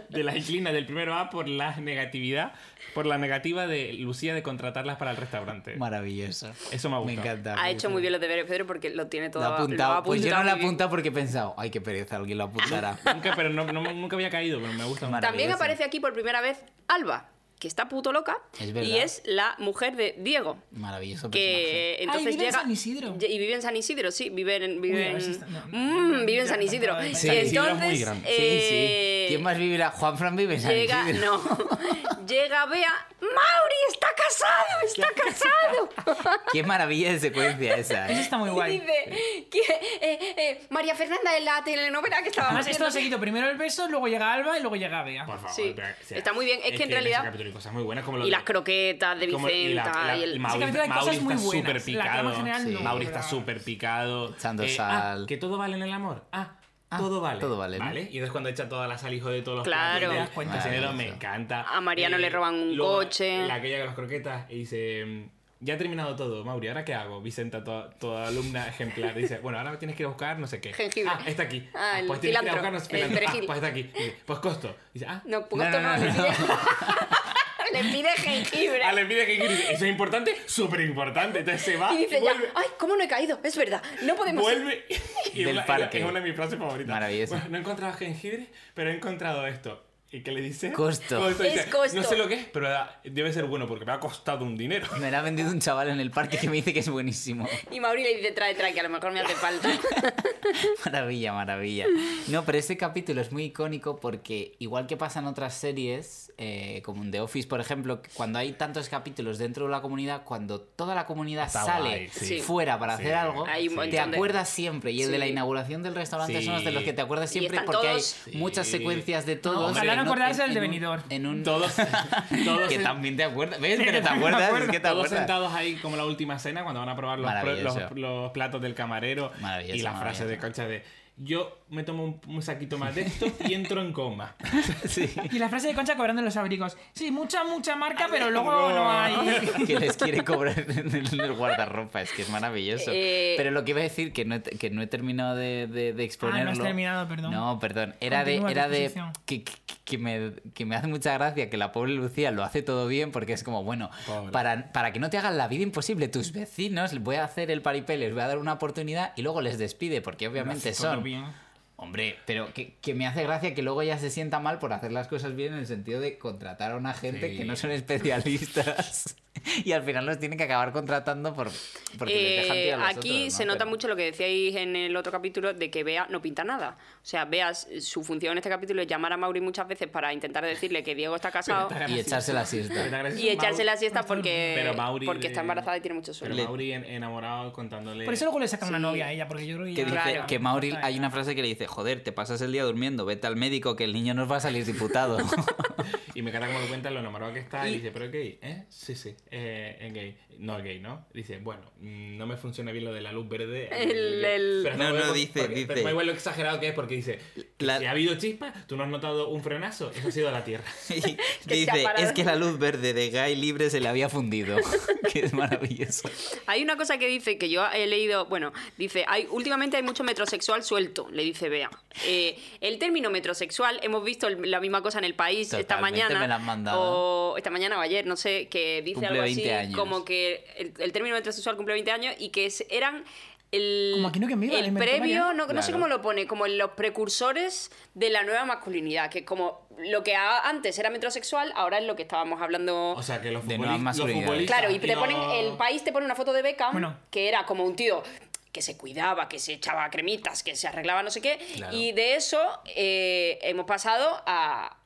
[SPEAKER 6] de las inquilinas del primero A por la negatividad, por la negativa de Lucía de contratarlas para el restaurante.
[SPEAKER 5] Maravilloso.
[SPEAKER 6] Eso me ha
[SPEAKER 5] Me
[SPEAKER 6] gustado.
[SPEAKER 5] encanta.
[SPEAKER 1] Ha hecho muy bien los deberes, Pedro, porque lo tiene todo.
[SPEAKER 5] Lo ha apuntado.
[SPEAKER 1] ha
[SPEAKER 5] Pues yo no
[SPEAKER 1] apuntado
[SPEAKER 5] lo he
[SPEAKER 1] muy bien.
[SPEAKER 5] apuntado porque he pensado, ay, qué pereza, alguien lo apuntará.
[SPEAKER 6] Nunca, pero no- no- nunca había caído, pero me gusta mucho.
[SPEAKER 1] También
[SPEAKER 5] Maravilloso.
[SPEAKER 1] aparece aquí por primera vez Alba, que está puto loca
[SPEAKER 5] Es verdad.
[SPEAKER 1] y es la mujer de Diego.
[SPEAKER 5] Maravilloso personaje.
[SPEAKER 1] que entonces
[SPEAKER 2] Ah, y vive en
[SPEAKER 1] llega
[SPEAKER 2] San Isidro.
[SPEAKER 1] y vive en San Isidro sí vive en vive
[SPEAKER 2] Uy,
[SPEAKER 1] en,
[SPEAKER 2] ahora sí está- no, no,
[SPEAKER 1] Mm,
[SPEAKER 2] no,
[SPEAKER 1] vive en
[SPEAKER 2] ya,
[SPEAKER 1] San Isidro
[SPEAKER 2] no, no, no, no.
[SPEAKER 5] Sí,
[SPEAKER 1] entonces
[SPEAKER 6] Isidro es muy grande.
[SPEAKER 1] eh,
[SPEAKER 5] Sí, sí. ¿Quién más vivirá? Juan Fran vive en San
[SPEAKER 1] llega
[SPEAKER 5] Isidro.
[SPEAKER 1] no llega Bea Mauri está casado está casado
[SPEAKER 5] Qué maravilla de secuencia esa.
[SPEAKER 2] Eso
[SPEAKER 5] ¿eh?
[SPEAKER 2] está muy
[SPEAKER 1] y
[SPEAKER 2] guay.
[SPEAKER 1] dice que eh, eh, María Fernanda de la telenovela que estaba
[SPEAKER 2] Además, Ah, esto
[SPEAKER 1] viendo.
[SPEAKER 2] seguido. Primero el beso, luego llega Alba y luego llega Bea.
[SPEAKER 6] Por favor,
[SPEAKER 1] Sí.
[SPEAKER 6] pero, o sea,
[SPEAKER 1] Está muy bien. Es que en realidad-
[SPEAKER 6] ese capítulo hay cosas muy buenas, como lo
[SPEAKER 1] y
[SPEAKER 6] de-
[SPEAKER 1] las croquetas de
[SPEAKER 6] como-
[SPEAKER 1] Vicenta y,
[SPEAKER 6] y la- la-
[SPEAKER 1] el
[SPEAKER 6] Mauri,
[SPEAKER 2] capítulo hay
[SPEAKER 6] Mauri
[SPEAKER 2] cosas muy
[SPEAKER 6] está
[SPEAKER 2] buenas.
[SPEAKER 6] súper
[SPEAKER 2] La trama
[SPEAKER 6] picado.
[SPEAKER 2] general
[SPEAKER 5] Sí.
[SPEAKER 2] no,
[SPEAKER 6] Mauri
[SPEAKER 2] pero-
[SPEAKER 6] está súper picado.
[SPEAKER 5] Echando
[SPEAKER 6] Eh,
[SPEAKER 5] sal.
[SPEAKER 6] ah, que todo vale en el amor. Ah, todo vale.
[SPEAKER 5] todo vale, ¿no?
[SPEAKER 6] Vale. Y entonces cuando echa toda la sal, hijo de todos los
[SPEAKER 1] Claro. Te
[SPEAKER 6] platos, te
[SPEAKER 1] das
[SPEAKER 6] das
[SPEAKER 5] cuenta.
[SPEAKER 6] me
[SPEAKER 5] Maravilloso.
[SPEAKER 6] encanta. Eh,
[SPEAKER 1] A Mariano le roban un
[SPEAKER 6] luego,
[SPEAKER 1] coche.
[SPEAKER 6] La aquella con las croquetas y dice. "Mm, Ya ha terminado todo, Mauri, ¿ahora qué hago? Vicenta, toda, toda alumna ejemplar, dice, bueno, ahora tienes que ir a buscar no sé qué.
[SPEAKER 1] Jengibre.
[SPEAKER 6] Ah, está aquí.
[SPEAKER 1] Ah,
[SPEAKER 6] Ah,
[SPEAKER 1] el
[SPEAKER 6] pues tienes que ir
[SPEAKER 1] cilantro,
[SPEAKER 6] a buscar no sé qué.
[SPEAKER 1] el
[SPEAKER 6] cilantro. Ah,
[SPEAKER 1] perejil.
[SPEAKER 6] pues está aquí. Dice, Pues costo. Dice, ah,
[SPEAKER 1] no,
[SPEAKER 5] No,
[SPEAKER 1] no,
[SPEAKER 5] no, no,
[SPEAKER 1] le
[SPEAKER 5] no.
[SPEAKER 1] pide, le pide jengibre
[SPEAKER 6] Ah, le pide que grite. ¿Eso es importante? Súper importante. Entonces se va.
[SPEAKER 1] y dice ya
[SPEAKER 6] Ah, vuelve,
[SPEAKER 1] ay cómo no he caído es verdad no podemos
[SPEAKER 6] vuelve. Y
[SPEAKER 5] Del
[SPEAKER 6] es la-
[SPEAKER 5] parque.
[SPEAKER 6] Es una de mis frases favoritas.
[SPEAKER 5] Maravilloso.
[SPEAKER 6] Bueno, no he encontrado jengibre, pero he encontrado esto. ¿Y qué le dice?
[SPEAKER 5] Costo.
[SPEAKER 1] Es
[SPEAKER 6] dice,
[SPEAKER 1] costo.
[SPEAKER 6] No sé lo que es, pero da- debe ser bueno porque me ha costado un dinero.
[SPEAKER 5] Me la ha vendido un chaval en el parque que me dice que es buenísimo.
[SPEAKER 1] Y Mauri le dice, trae, trae, que a lo mejor me hace falta.
[SPEAKER 5] Maravilla, maravilla. No, pero este capítulo es muy icónico porque, igual que pasa en otras series, eh, como en The Office, por ejemplo, que cuando hay tantos capítulos dentro de la comunidad, cuando toda la comunidad
[SPEAKER 6] Está
[SPEAKER 5] sale
[SPEAKER 6] guay, sí.
[SPEAKER 5] fuera para
[SPEAKER 6] Sí.
[SPEAKER 5] hacer algo,
[SPEAKER 1] Hay un
[SPEAKER 5] te
[SPEAKER 1] montón de-
[SPEAKER 5] acuerdas siempre. Y el de la
[SPEAKER 1] Sí.
[SPEAKER 5] inauguración del restaurante son los de los que te acuerdas
[SPEAKER 1] Y
[SPEAKER 5] siempre
[SPEAKER 1] están
[SPEAKER 5] porque
[SPEAKER 1] todos.
[SPEAKER 5] hay muchas
[SPEAKER 6] Sí.
[SPEAKER 5] secuencias de todos.
[SPEAKER 2] ojalá
[SPEAKER 5] en
[SPEAKER 2] no
[SPEAKER 5] un-
[SPEAKER 2] acordarse
[SPEAKER 5] en- en
[SPEAKER 2] del
[SPEAKER 5] un-
[SPEAKER 2] devenidor.
[SPEAKER 5] En un...
[SPEAKER 6] Todos. todos
[SPEAKER 5] que
[SPEAKER 6] en-
[SPEAKER 5] también te acuerdas. ¿Ves? Pero te acuerdas. Es que te
[SPEAKER 6] todos
[SPEAKER 5] acuerdas.
[SPEAKER 6] sentados ahí como la última cena cuando van a probar los, pr-
[SPEAKER 5] Maravilloso.
[SPEAKER 6] los- los platos del camarero
[SPEAKER 5] Maravilloso,
[SPEAKER 6] y la frase
[SPEAKER 5] maravilloso.
[SPEAKER 6] de concha de yo me tomo un, un saquito más de esto y entro en coma.
[SPEAKER 5] Sí.
[SPEAKER 2] Y la frase de Concha cobrando los abrigos. Sí, mucha, mucha marca, pero luego no hay.
[SPEAKER 5] que les quiere cobrar en el, en el guardarropa, es que es maravilloso.
[SPEAKER 1] Eh,
[SPEAKER 5] Pero lo que iba a decir, que no he, que no he terminado de, de- de exponerlo.
[SPEAKER 2] Ah, terminado, perdón.
[SPEAKER 5] No, perdón. Era de,
[SPEAKER 2] Continúa tu
[SPEAKER 5] era de
[SPEAKER 2] exposición.
[SPEAKER 5] que, que- que me, que me hace mucha gracia que la pobre Lucía lo hace todo bien porque es como, bueno,
[SPEAKER 6] Pobre.
[SPEAKER 5] para, para que no te hagan la vida imposible tus vecinos, les voy a hacer el paripé, les voy a dar una oportunidad y luego les despide porque obviamente
[SPEAKER 6] Todo
[SPEAKER 5] son...
[SPEAKER 6] bien.
[SPEAKER 5] Hombre, pero que, que me hace gracia que luego ya se sienta mal por hacer las cosas bien en el sentido de contratar a una gente
[SPEAKER 6] Sí.
[SPEAKER 5] que no son especialistas y al final los tienen que acabar contratando por, porque les dejan
[SPEAKER 1] Eh,
[SPEAKER 5] tirar los
[SPEAKER 1] aquí
[SPEAKER 5] otros, ¿no?
[SPEAKER 1] se nota
[SPEAKER 5] Pero-
[SPEAKER 1] mucho lo que decíais en el otro capítulo de que Bea no pinta nada. O sea, Bea, s- su función en este capítulo es llamar a Mauri muchas veces para intentar decirle que Diego está casado
[SPEAKER 5] Y echarse la siesta.
[SPEAKER 1] y echarse la siesta porque,
[SPEAKER 6] Pero Mauri
[SPEAKER 1] porque
[SPEAKER 6] de-
[SPEAKER 1] está embarazada y tiene mucho
[SPEAKER 6] Pero
[SPEAKER 1] sueño.
[SPEAKER 6] Mauri en- enamorado contándole.
[SPEAKER 2] Por eso luego le sacan una
[SPEAKER 1] Sí.
[SPEAKER 2] novia a ella, porque yo creo que.
[SPEAKER 5] Que,
[SPEAKER 2] ya-
[SPEAKER 5] dice,
[SPEAKER 1] Claro.
[SPEAKER 5] que Mauri, hay una frase que le dice, joder, te pasas el día durmiendo, vete al médico que el niño nos va a salir diputado.
[SPEAKER 6] Y me encanta como lo cuenta lo enamorado que está. Y, dice, ¿pero es gay? ¿Eh? Sí, sí. Eh, es gay. No es gay, ¿no? Dice, bueno, mm, no me funciona bien lo de la luz verde.
[SPEAKER 1] El- el-
[SPEAKER 6] Pero
[SPEAKER 5] No,
[SPEAKER 6] me
[SPEAKER 5] no,
[SPEAKER 6] acuerdo
[SPEAKER 5] dice,
[SPEAKER 6] porque-
[SPEAKER 5] dice.
[SPEAKER 6] Pero me igual lo exagerado que es porque dice,
[SPEAKER 5] La-
[SPEAKER 6] si ha habido chispa, tú no has notado un frenazo. Eso ha sido la tierra.
[SPEAKER 5] Y
[SPEAKER 1] se ha
[SPEAKER 5] dice,
[SPEAKER 1] parado.
[SPEAKER 5] es que la luz verde de Guy Libre se le había fundido. que es maravilloso.
[SPEAKER 1] Hay una cosa que dice que yo he leído, bueno, dice, hay, últimamente hay mucho metrosexual suelto, le dice Bea. Eh, el término metrosexual, hemos visto el- la misma cosa en el país esta
[SPEAKER 5] Totalmente,
[SPEAKER 1] mañana.
[SPEAKER 5] me la han mandado.
[SPEAKER 1] O esta mañana o ayer, no sé, que dice
[SPEAKER 5] Cumple
[SPEAKER 1] algo así
[SPEAKER 5] 20 años.
[SPEAKER 1] como que el, el término metrosexual cumple 20 años y que es- eran el,
[SPEAKER 2] Como Aquino que en Viva,
[SPEAKER 1] el
[SPEAKER 2] la inventó
[SPEAKER 1] previo, no,
[SPEAKER 2] Mariano.
[SPEAKER 1] no sé
[SPEAKER 6] Claro.
[SPEAKER 1] cómo lo pone, como los precursores de la nueva masculinidad, que como lo que a- antes era metrosexual, ahora es lo que estábamos hablando.
[SPEAKER 6] O sea, que los,
[SPEAKER 5] De
[SPEAKER 6] futboli-
[SPEAKER 5] nuevas
[SPEAKER 6] los
[SPEAKER 5] masculinidades.
[SPEAKER 6] futbolistas
[SPEAKER 1] claro, y te
[SPEAKER 6] los-
[SPEAKER 1] ponen, el país te pone una foto de Beckham,
[SPEAKER 2] Bueno.
[SPEAKER 1] que era como un tío que se cuidaba, que se echaba cremitas, que se arreglaba no sé qué, y de eso eh, hemos pasado a,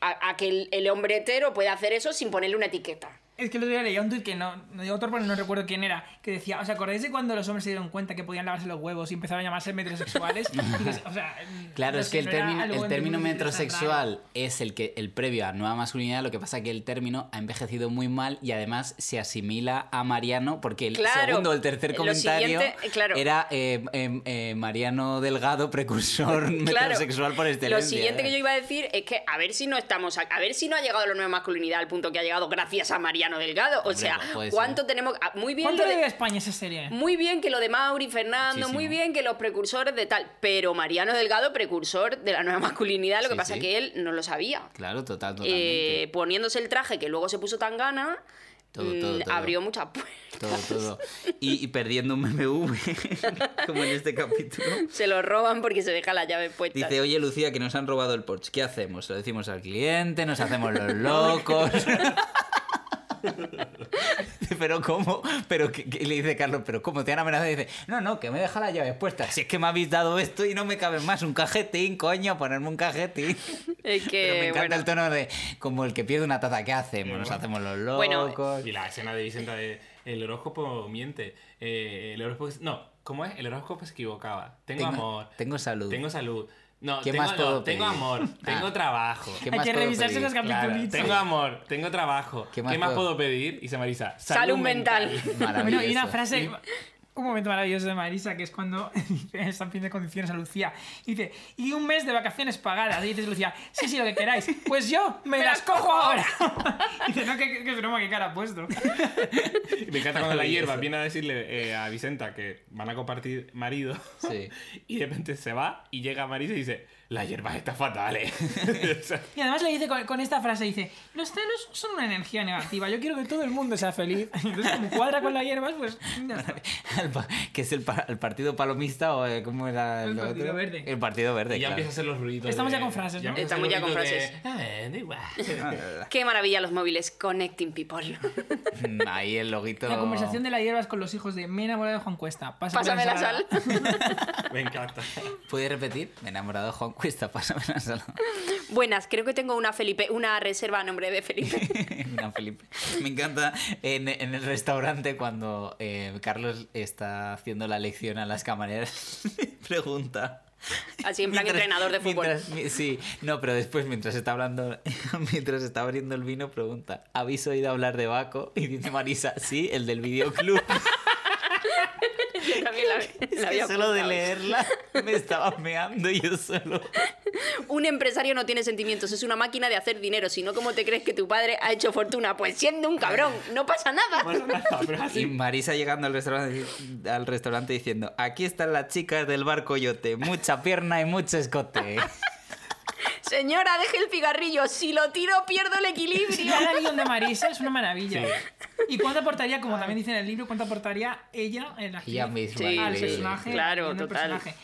[SPEAKER 1] a- a que el, el hombre hetero puede hacer eso sin ponerle una etiqueta.
[SPEAKER 2] Es que el otro día leía un tuit que no, no digo autor, pero no recuerdo quién era, que decía, ¿os acordáis de cuando los hombres se dieron cuenta que podían lavarse los huevos y empezaron a llamarse metrosexuales? Y dices, o sea,
[SPEAKER 5] Claro,
[SPEAKER 2] no
[SPEAKER 5] es
[SPEAKER 2] sé,
[SPEAKER 5] que el
[SPEAKER 2] no era
[SPEAKER 5] término,
[SPEAKER 2] algo
[SPEAKER 5] el
[SPEAKER 2] en
[SPEAKER 5] término
[SPEAKER 2] ningún sitio tan raro.
[SPEAKER 5] metrosexual es el que el previo a nueva masculinidad, lo que pasa que el término ha envejecido muy mal y además se asimila a Mariano porque el
[SPEAKER 1] Claro,
[SPEAKER 5] segundo o el tercer
[SPEAKER 1] lo
[SPEAKER 5] comentario
[SPEAKER 1] siguiente, claro.
[SPEAKER 5] era eh, eh, eh, Mariano Delgado, precursor
[SPEAKER 1] Claro.
[SPEAKER 5] metrosexual por excelencia.
[SPEAKER 1] Lo siguiente que yo
[SPEAKER 5] ¿eh?
[SPEAKER 1] iba a decir es que a ver si no estamos a, a ver si no ha llegado la nueva masculinidad al punto que ha llegado gracias a Mariano Delgado. O
[SPEAKER 5] Hombre,
[SPEAKER 1] sea,
[SPEAKER 5] pues puede
[SPEAKER 1] cuánto tenemos ah, muy bien
[SPEAKER 2] ¿Cuánto
[SPEAKER 1] lo
[SPEAKER 2] le
[SPEAKER 1] de-
[SPEAKER 2] debe a España esa serie?
[SPEAKER 1] muy bien que lo de Mauri Fernando,
[SPEAKER 5] Muchísimo.
[SPEAKER 1] muy bien que los precursores de tal, pero Mariano Delgado precursor de la nueva masculinidad, lo que
[SPEAKER 5] Sí,
[SPEAKER 1] pasa
[SPEAKER 5] sí.
[SPEAKER 1] que él no lo sabía.
[SPEAKER 5] Claro, total, totalmente.
[SPEAKER 1] Eh, poniéndose el traje que luego se puso tan gana, mm,
[SPEAKER 5] Todo, todo, todo.
[SPEAKER 1] abrió muchas puertas.
[SPEAKER 5] Todo, todo. Y, y perdiendo un MMV, como en este capítulo.
[SPEAKER 1] Se lo roban porque se deja la llave puesta.
[SPEAKER 5] Dice, oye Lucía, que nos han robado el Porsche. ¿Qué hacemos? ¿Lo decimos al cliente? ¿Nos hacemos los locos? pero cómo, pero qué- qué? Y le dice Carlos, pero cómo te han amenazado y dice, no, no, que me deja la llave puesta. Si es que me habéis dado esto y no me cabe más un cajetín, coño, ponerme un cajetín.
[SPEAKER 1] Es que,
[SPEAKER 5] pero me encanta
[SPEAKER 1] Eh, bueno.
[SPEAKER 5] el tono de como el que pierde una taza, ¿qué hacemos? Nos hacemos los locos.
[SPEAKER 1] Bueno,
[SPEAKER 6] Y la escena de Vicenta de el horóscopo miente. eh, el horóscopo es- no, ¿cómo es? El horóscopo se equivocaba. Tengo,
[SPEAKER 5] Tengo-
[SPEAKER 6] amor.
[SPEAKER 5] tengo salud.
[SPEAKER 6] Tengo salud. No,
[SPEAKER 5] ¿Qué
[SPEAKER 6] tengo,
[SPEAKER 5] más
[SPEAKER 6] no,
[SPEAKER 5] puedo
[SPEAKER 6] tengo
[SPEAKER 5] pedir?
[SPEAKER 6] amor,
[SPEAKER 5] Ah.
[SPEAKER 6] tengo trabajo.
[SPEAKER 5] ¿Qué
[SPEAKER 2] Hay
[SPEAKER 5] más
[SPEAKER 2] que
[SPEAKER 5] puedo
[SPEAKER 2] revisarse
[SPEAKER 5] pedir?
[SPEAKER 2] los
[SPEAKER 6] Claro,
[SPEAKER 2] capítulos.
[SPEAKER 6] tengo amor, tengo trabajo. ¿Qué más, puedo? pedir? Y se Marisa,
[SPEAKER 1] Salud mental.
[SPEAKER 2] Bueno, y una
[SPEAKER 5] Maravilloso.
[SPEAKER 2] frase, un momento maravilloso de Marisa, que es cuando están pidiendo condiciones a Lucía. Y dice, y un mes de vacaciones pagadas. Y dices, Lucía, sí, sí, lo que queráis. Pues yo me las cojo ahora. Y dice, no, qué, qué, qué broma, qué cara ha puesto.
[SPEAKER 6] Y Me encanta cuando la hierba viene a decirle eh, a Vicenta que van a compartir marido.
[SPEAKER 5] Sí.
[SPEAKER 6] Y de repente se va y llega Marisa y dice, la hierba está fatal, eh. O sea,
[SPEAKER 2] Y además le dice con, con esta frase, dice, los celos son una energía negativa, yo quiero que todo el mundo sea feliz. Entonces, como cuadra con la hierbas, pues... ya está.
[SPEAKER 5] Al pa- que es el, pa- el partido palomista o eh, cómo era el,
[SPEAKER 2] El Partido
[SPEAKER 5] otro?
[SPEAKER 2] Verde.
[SPEAKER 5] El partido verde.
[SPEAKER 6] y ya
[SPEAKER 5] claro.
[SPEAKER 6] empieza a hacer los ruidos.
[SPEAKER 2] Estamos
[SPEAKER 6] de-
[SPEAKER 2] ya con frases, ¿no?
[SPEAKER 6] empieza a hacer
[SPEAKER 1] Estamos
[SPEAKER 6] los
[SPEAKER 1] ya
[SPEAKER 6] ruidos de, "Ah, da igual".
[SPEAKER 1] Qué maravilla los móviles connecting people.
[SPEAKER 5] Mm, Ahí el loguito.
[SPEAKER 2] La conversación de la hierbas con los hijos de me he enamorado de Juan Cuesta. Pásame,
[SPEAKER 1] Pásame la sal.
[SPEAKER 6] Me encanta.
[SPEAKER 5] ¿Puedes repetir? Me he enamorado de Juan Cuesta, pásame la sala.
[SPEAKER 1] Buenas, creo que tengo una Felipe, una reserva a nombre de Felipe.
[SPEAKER 5] Una Felipe. Me encanta en, en el restaurante cuando eh, Carlos está haciendo la lección a las camareras. Pregunta.
[SPEAKER 1] Así en plan entrenador de fútbol.
[SPEAKER 5] mientras- mi- sí, no, pero después mientras está hablando, mientras está abriendo el vino, pregunta, ¿habéis oído hablar de Baco? Y dice Marisa, sí, el del videoclub.
[SPEAKER 1] Yo también la- la
[SPEAKER 5] Es que
[SPEAKER 1] había
[SPEAKER 5] solo de
[SPEAKER 1] apuntado.
[SPEAKER 5] leerla me estaba meando yo solo.
[SPEAKER 1] Un empresario no tiene sentimientos, es una máquina de hacer dinero, sino como te crees que tu padre ha hecho fortuna, pues siendo un cabrón, no pasa nada.
[SPEAKER 6] Bueno, nada, pero así.
[SPEAKER 5] Y Marisa llegando al restaurante, al restaurante diciendo, aquí están las chicas del bar Coyote, mucha pierna y mucho escote.
[SPEAKER 1] Señora, deje el cigarrillo, si lo tiro pierdo el equilibrio.
[SPEAKER 2] Cada guión de Marisa es una maravilla. ¿Y cuánto aportaría, como también dice en el libro, cuánto aportaría ella, en la
[SPEAKER 5] Ella misma, Sí,
[SPEAKER 2] al
[SPEAKER 5] sí,
[SPEAKER 2] personaje?
[SPEAKER 1] claro,
[SPEAKER 2] en el
[SPEAKER 1] total.
[SPEAKER 2] personaje?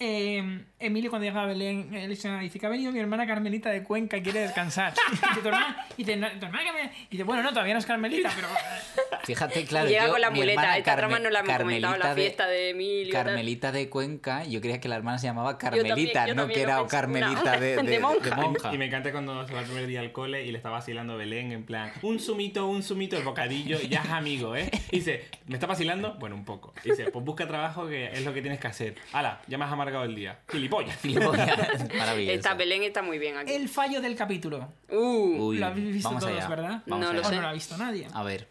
[SPEAKER 2] Eh, Emilio cuando llega a Belén eh, le dice que ha venido mi hermana Carmelita de Cuenca y quiere descansar. Y dice, tu hermana, y dice, "No, tu hermana Carmelita. Y dice, bueno, no, todavía no es Carmelita, pero eh,
[SPEAKER 5] Fíjate, claro.
[SPEAKER 1] Y llega
[SPEAKER 5] yo-
[SPEAKER 1] con la
[SPEAKER 5] mi
[SPEAKER 1] muleta,
[SPEAKER 5] hermana
[SPEAKER 1] esta trama
[SPEAKER 5] Carme-
[SPEAKER 1] no la hemos comentado,
[SPEAKER 5] Carmelita
[SPEAKER 1] la fiesta de Emilio, tal.
[SPEAKER 5] Carmelita de Cuenca, yo creía que la hermana se llamaba
[SPEAKER 1] también-
[SPEAKER 5] Carmelita,
[SPEAKER 1] yo
[SPEAKER 5] no
[SPEAKER 1] también
[SPEAKER 5] que
[SPEAKER 1] lo
[SPEAKER 5] era
[SPEAKER 1] pensé,
[SPEAKER 5] Carmelita
[SPEAKER 1] no,
[SPEAKER 5] de,
[SPEAKER 1] de monja.
[SPEAKER 5] monja.
[SPEAKER 6] Y me encanta cuando se va el primer día al cole y le está vacilando Belén en plan, un sumito, un sumito, el bocadillo, y ya es amigo, ¿eh? Y dice, ¿me está vacilando? Bueno, un poco. Y dice, pues busca trabajo que es lo que tienes que hacer. Hala, ya me has amargado el día. Gilipollas.
[SPEAKER 5] Y luego ya- Maravilloso.
[SPEAKER 1] Esta Belén está muy bien
[SPEAKER 5] Eh,
[SPEAKER 1] aquí.
[SPEAKER 2] el fallo del capítulo.
[SPEAKER 1] Uh,
[SPEAKER 5] Uy,
[SPEAKER 2] lo habéis visto
[SPEAKER 5] vamos
[SPEAKER 2] todos,
[SPEAKER 5] allá,
[SPEAKER 2] ¿verdad?
[SPEAKER 5] vamos
[SPEAKER 1] No
[SPEAKER 5] allá. Ah,
[SPEAKER 1] lo
[SPEAKER 2] O
[SPEAKER 1] sé.
[SPEAKER 2] no lo ha visto nadie.
[SPEAKER 5] A ver.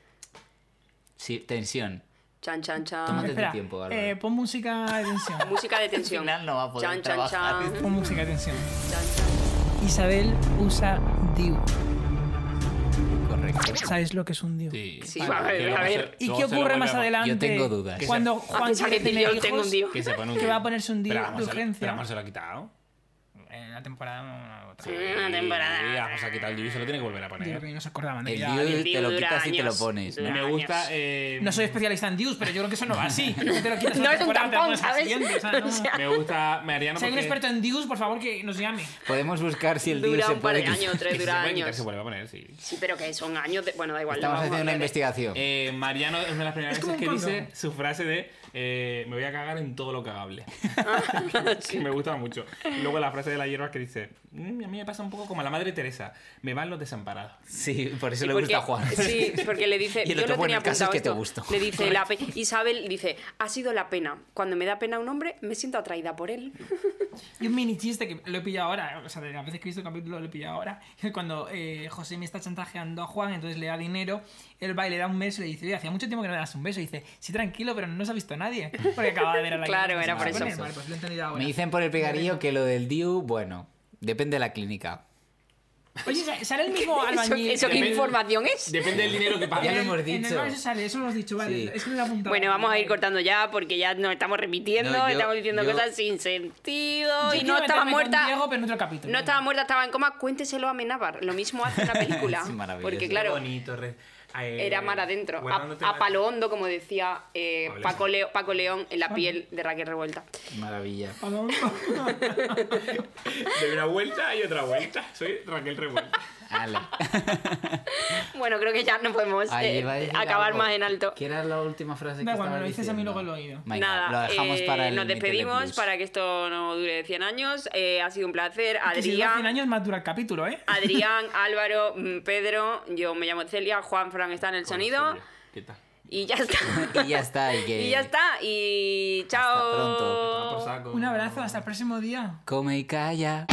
[SPEAKER 5] Sí, tensión.
[SPEAKER 1] chan, chan,
[SPEAKER 5] Tómate
[SPEAKER 1] chan.
[SPEAKER 5] tu tiempo, Álvaro.
[SPEAKER 2] eh, pon música de tensión.
[SPEAKER 1] Música de tensión.
[SPEAKER 5] final no va a poder
[SPEAKER 1] Chan, chan,
[SPEAKER 5] trabajar.
[SPEAKER 1] chan.
[SPEAKER 2] Pon música de tensión.
[SPEAKER 1] Chan, chan.
[SPEAKER 2] Isabel usa DIU.
[SPEAKER 5] Correcto.
[SPEAKER 2] ¿Sabes lo que es un DIU?
[SPEAKER 1] Sí, a ver, a ver.
[SPEAKER 2] ¿Y qué ocurre más adelante?
[SPEAKER 5] Yo tengo dudas.
[SPEAKER 2] Cuando
[SPEAKER 1] A
[SPEAKER 2] Juan
[SPEAKER 1] pesar de
[SPEAKER 2] quiere
[SPEAKER 1] que
[SPEAKER 2] tener
[SPEAKER 1] yo
[SPEAKER 2] hijos,
[SPEAKER 1] tengo un tío.
[SPEAKER 6] Que se pone un
[SPEAKER 2] que va a ponerse un día
[SPEAKER 6] Pero
[SPEAKER 2] de
[SPEAKER 6] vamos, se lo-
[SPEAKER 2] urgencia.
[SPEAKER 6] Pero vamos, se lo ha quitado.
[SPEAKER 2] en la temporada una, otra.
[SPEAKER 1] Una temporada.
[SPEAKER 6] Y vamos a quitar el DVD, se lo tiene que volver a
[SPEAKER 2] Yo creo que
[SPEAKER 6] poner.
[SPEAKER 2] no se acordaban de
[SPEAKER 5] El
[SPEAKER 2] que ya-
[SPEAKER 5] Dios
[SPEAKER 1] DVD
[SPEAKER 5] te lo
[SPEAKER 1] dura
[SPEAKER 5] quitas y te lo
[SPEAKER 1] años.
[SPEAKER 5] pones. ¿no?
[SPEAKER 1] Dura.
[SPEAKER 6] Me gusta. eh,
[SPEAKER 2] No soy especialista en Dios, pero yo creo que eso no va así. No te lo quitas
[SPEAKER 1] No
[SPEAKER 2] una
[SPEAKER 1] es un
[SPEAKER 2] temporada, te lo
[SPEAKER 1] tampón,
[SPEAKER 2] pones a la
[SPEAKER 1] ¿sabes?
[SPEAKER 2] siguiente, o sea, no.
[SPEAKER 1] O sea,
[SPEAKER 6] Me gusta Mariano
[SPEAKER 2] Si hay un
[SPEAKER 6] porque
[SPEAKER 2] experto en Dios, por favor que nos llame.
[SPEAKER 5] Podemos buscar si el Dios
[SPEAKER 1] dura
[SPEAKER 5] se
[SPEAKER 1] un par de
[SPEAKER 5] puede quitar.
[SPEAKER 1] años,
[SPEAKER 6] que
[SPEAKER 1] tres
[SPEAKER 6] se
[SPEAKER 1] dura
[SPEAKER 6] puede quitar,
[SPEAKER 1] años.
[SPEAKER 6] Se vuelve a poner, sí.
[SPEAKER 1] Sí, pero que son años de... Bueno, da igual.
[SPEAKER 5] Estamos
[SPEAKER 1] lo vamos a
[SPEAKER 5] haciendo una
[SPEAKER 1] hacer.
[SPEAKER 5] investigación.
[SPEAKER 6] Eh, Mariano es una de las primeras
[SPEAKER 2] Es como
[SPEAKER 6] veces que
[SPEAKER 2] un
[SPEAKER 6] dice
[SPEAKER 2] condón.
[SPEAKER 6] su frase de eh, me voy a cagar en todo lo cagable. que me gusta mucho. Y luego la frase de la hierba que dice "Mm, a mí me pasa un poco como a la madre Teresa, me van los desamparados.
[SPEAKER 5] Sí, por eso
[SPEAKER 1] Sí,
[SPEAKER 5] le
[SPEAKER 1] porque-
[SPEAKER 5] gusta a Juan.
[SPEAKER 1] Sí, porque le dice.
[SPEAKER 5] Y el
[SPEAKER 1] yo
[SPEAKER 5] otro,
[SPEAKER 1] lo
[SPEAKER 5] bueno,
[SPEAKER 1] tenía
[SPEAKER 5] el caso es
[SPEAKER 1] apuntado
[SPEAKER 5] que te
[SPEAKER 1] esto.
[SPEAKER 5] gustó.
[SPEAKER 1] Le dice la pe- Isabel dice: Ha sido la pena. Cuando me da pena un hombre, me siento atraída por él.
[SPEAKER 2] Y un mini chiste que lo he pillado ahora, o sea, de las veces que he visto el capítulo lo he pillado ahora, que cuando eh, José me está chantajeando a Juan, entonces le da dinero, él va y le da un beso y le dice, oye, hacía mucho tiempo que no me das un beso, y dice, sí, tranquilo, pero no se ha visto nadie, porque acaba de ver a la
[SPEAKER 1] Claro,
[SPEAKER 2] que se
[SPEAKER 1] era
[SPEAKER 2] va a
[SPEAKER 1] por eso.
[SPEAKER 2] poner. Vale, pues lo he entendido ahora.
[SPEAKER 5] Me dicen por el pegarillo que lo del Diu, bueno, depende de la clínica.
[SPEAKER 2] Oye, sa- sale el mismo
[SPEAKER 1] ¿Eso,
[SPEAKER 2] albañil.
[SPEAKER 1] eso qué
[SPEAKER 6] Depende-
[SPEAKER 1] información es?
[SPEAKER 6] Depende del dinero que
[SPEAKER 5] Ya
[SPEAKER 6] pague.
[SPEAKER 5] lo hemos
[SPEAKER 2] En el
[SPEAKER 5] dicho.
[SPEAKER 2] bar eso sale, eso lo hemos dicho, vale,
[SPEAKER 5] Sí.
[SPEAKER 2] es que lo he apuntado.
[SPEAKER 1] Bueno, vamos a ir cortando ya porque ya nos estamos repitiendo,
[SPEAKER 5] No, yo-
[SPEAKER 1] estamos diciendo
[SPEAKER 5] yo-
[SPEAKER 1] cosas sin sentido
[SPEAKER 2] Yo
[SPEAKER 1] y
[SPEAKER 2] quiero
[SPEAKER 1] no estaba
[SPEAKER 2] meterme con
[SPEAKER 1] muerta.
[SPEAKER 2] Diego, pero en otro capítulo.
[SPEAKER 1] No estaba muerta, estaba en coma. Cuénteselo a Menábar. Lo mismo hace una película.
[SPEAKER 5] Es maravilloso.
[SPEAKER 1] porque, claro,
[SPEAKER 6] bonito. re- eh,
[SPEAKER 1] era mar adentro. A,
[SPEAKER 6] guardándote
[SPEAKER 1] a
[SPEAKER 6] la-
[SPEAKER 1] palo hondo, como decía eh,
[SPEAKER 6] Pablo.
[SPEAKER 1] Paco, Leo- Paco León en la piel de Raquel Revuelta.
[SPEAKER 5] Maravilla.
[SPEAKER 6] De una vuelta y otra vuelta. Soy Raquel Revuelta.
[SPEAKER 5] Ale.
[SPEAKER 1] Bueno, creo que ya no podemos
[SPEAKER 5] Ahí
[SPEAKER 1] eh,
[SPEAKER 5] iba a decir
[SPEAKER 1] acabar
[SPEAKER 5] algo.
[SPEAKER 1] más en alto.
[SPEAKER 5] ¿Qué era la última frase que
[SPEAKER 2] Da igual,
[SPEAKER 5] estaba
[SPEAKER 2] me lo dices a mí,
[SPEAKER 5] diciendo?
[SPEAKER 2] luego lo oído.
[SPEAKER 5] Venga,
[SPEAKER 1] Nada,
[SPEAKER 5] lo dejamos
[SPEAKER 1] eh,
[SPEAKER 5] para el
[SPEAKER 1] nos
[SPEAKER 5] Nintendo
[SPEAKER 1] despedimos
[SPEAKER 5] Plus.
[SPEAKER 1] para que esto no dure 100 años. Eh, ha sido un placer.
[SPEAKER 2] Que si dura 100
[SPEAKER 1] Adrián,
[SPEAKER 2] años más dura el capítulo, ¿eh?
[SPEAKER 1] Adrián, Álvaro, mm, Pedro, yo me llamo Celia, Juan Fran está en el sonido
[SPEAKER 6] ¿Qué tal?
[SPEAKER 1] y ya está.
[SPEAKER 5] Y ya está. Y, que
[SPEAKER 1] Y ya está. Y chao.
[SPEAKER 5] pronto.
[SPEAKER 6] Toma por saco.
[SPEAKER 2] Un abrazo, hasta el próximo día.
[SPEAKER 5] Come y calla.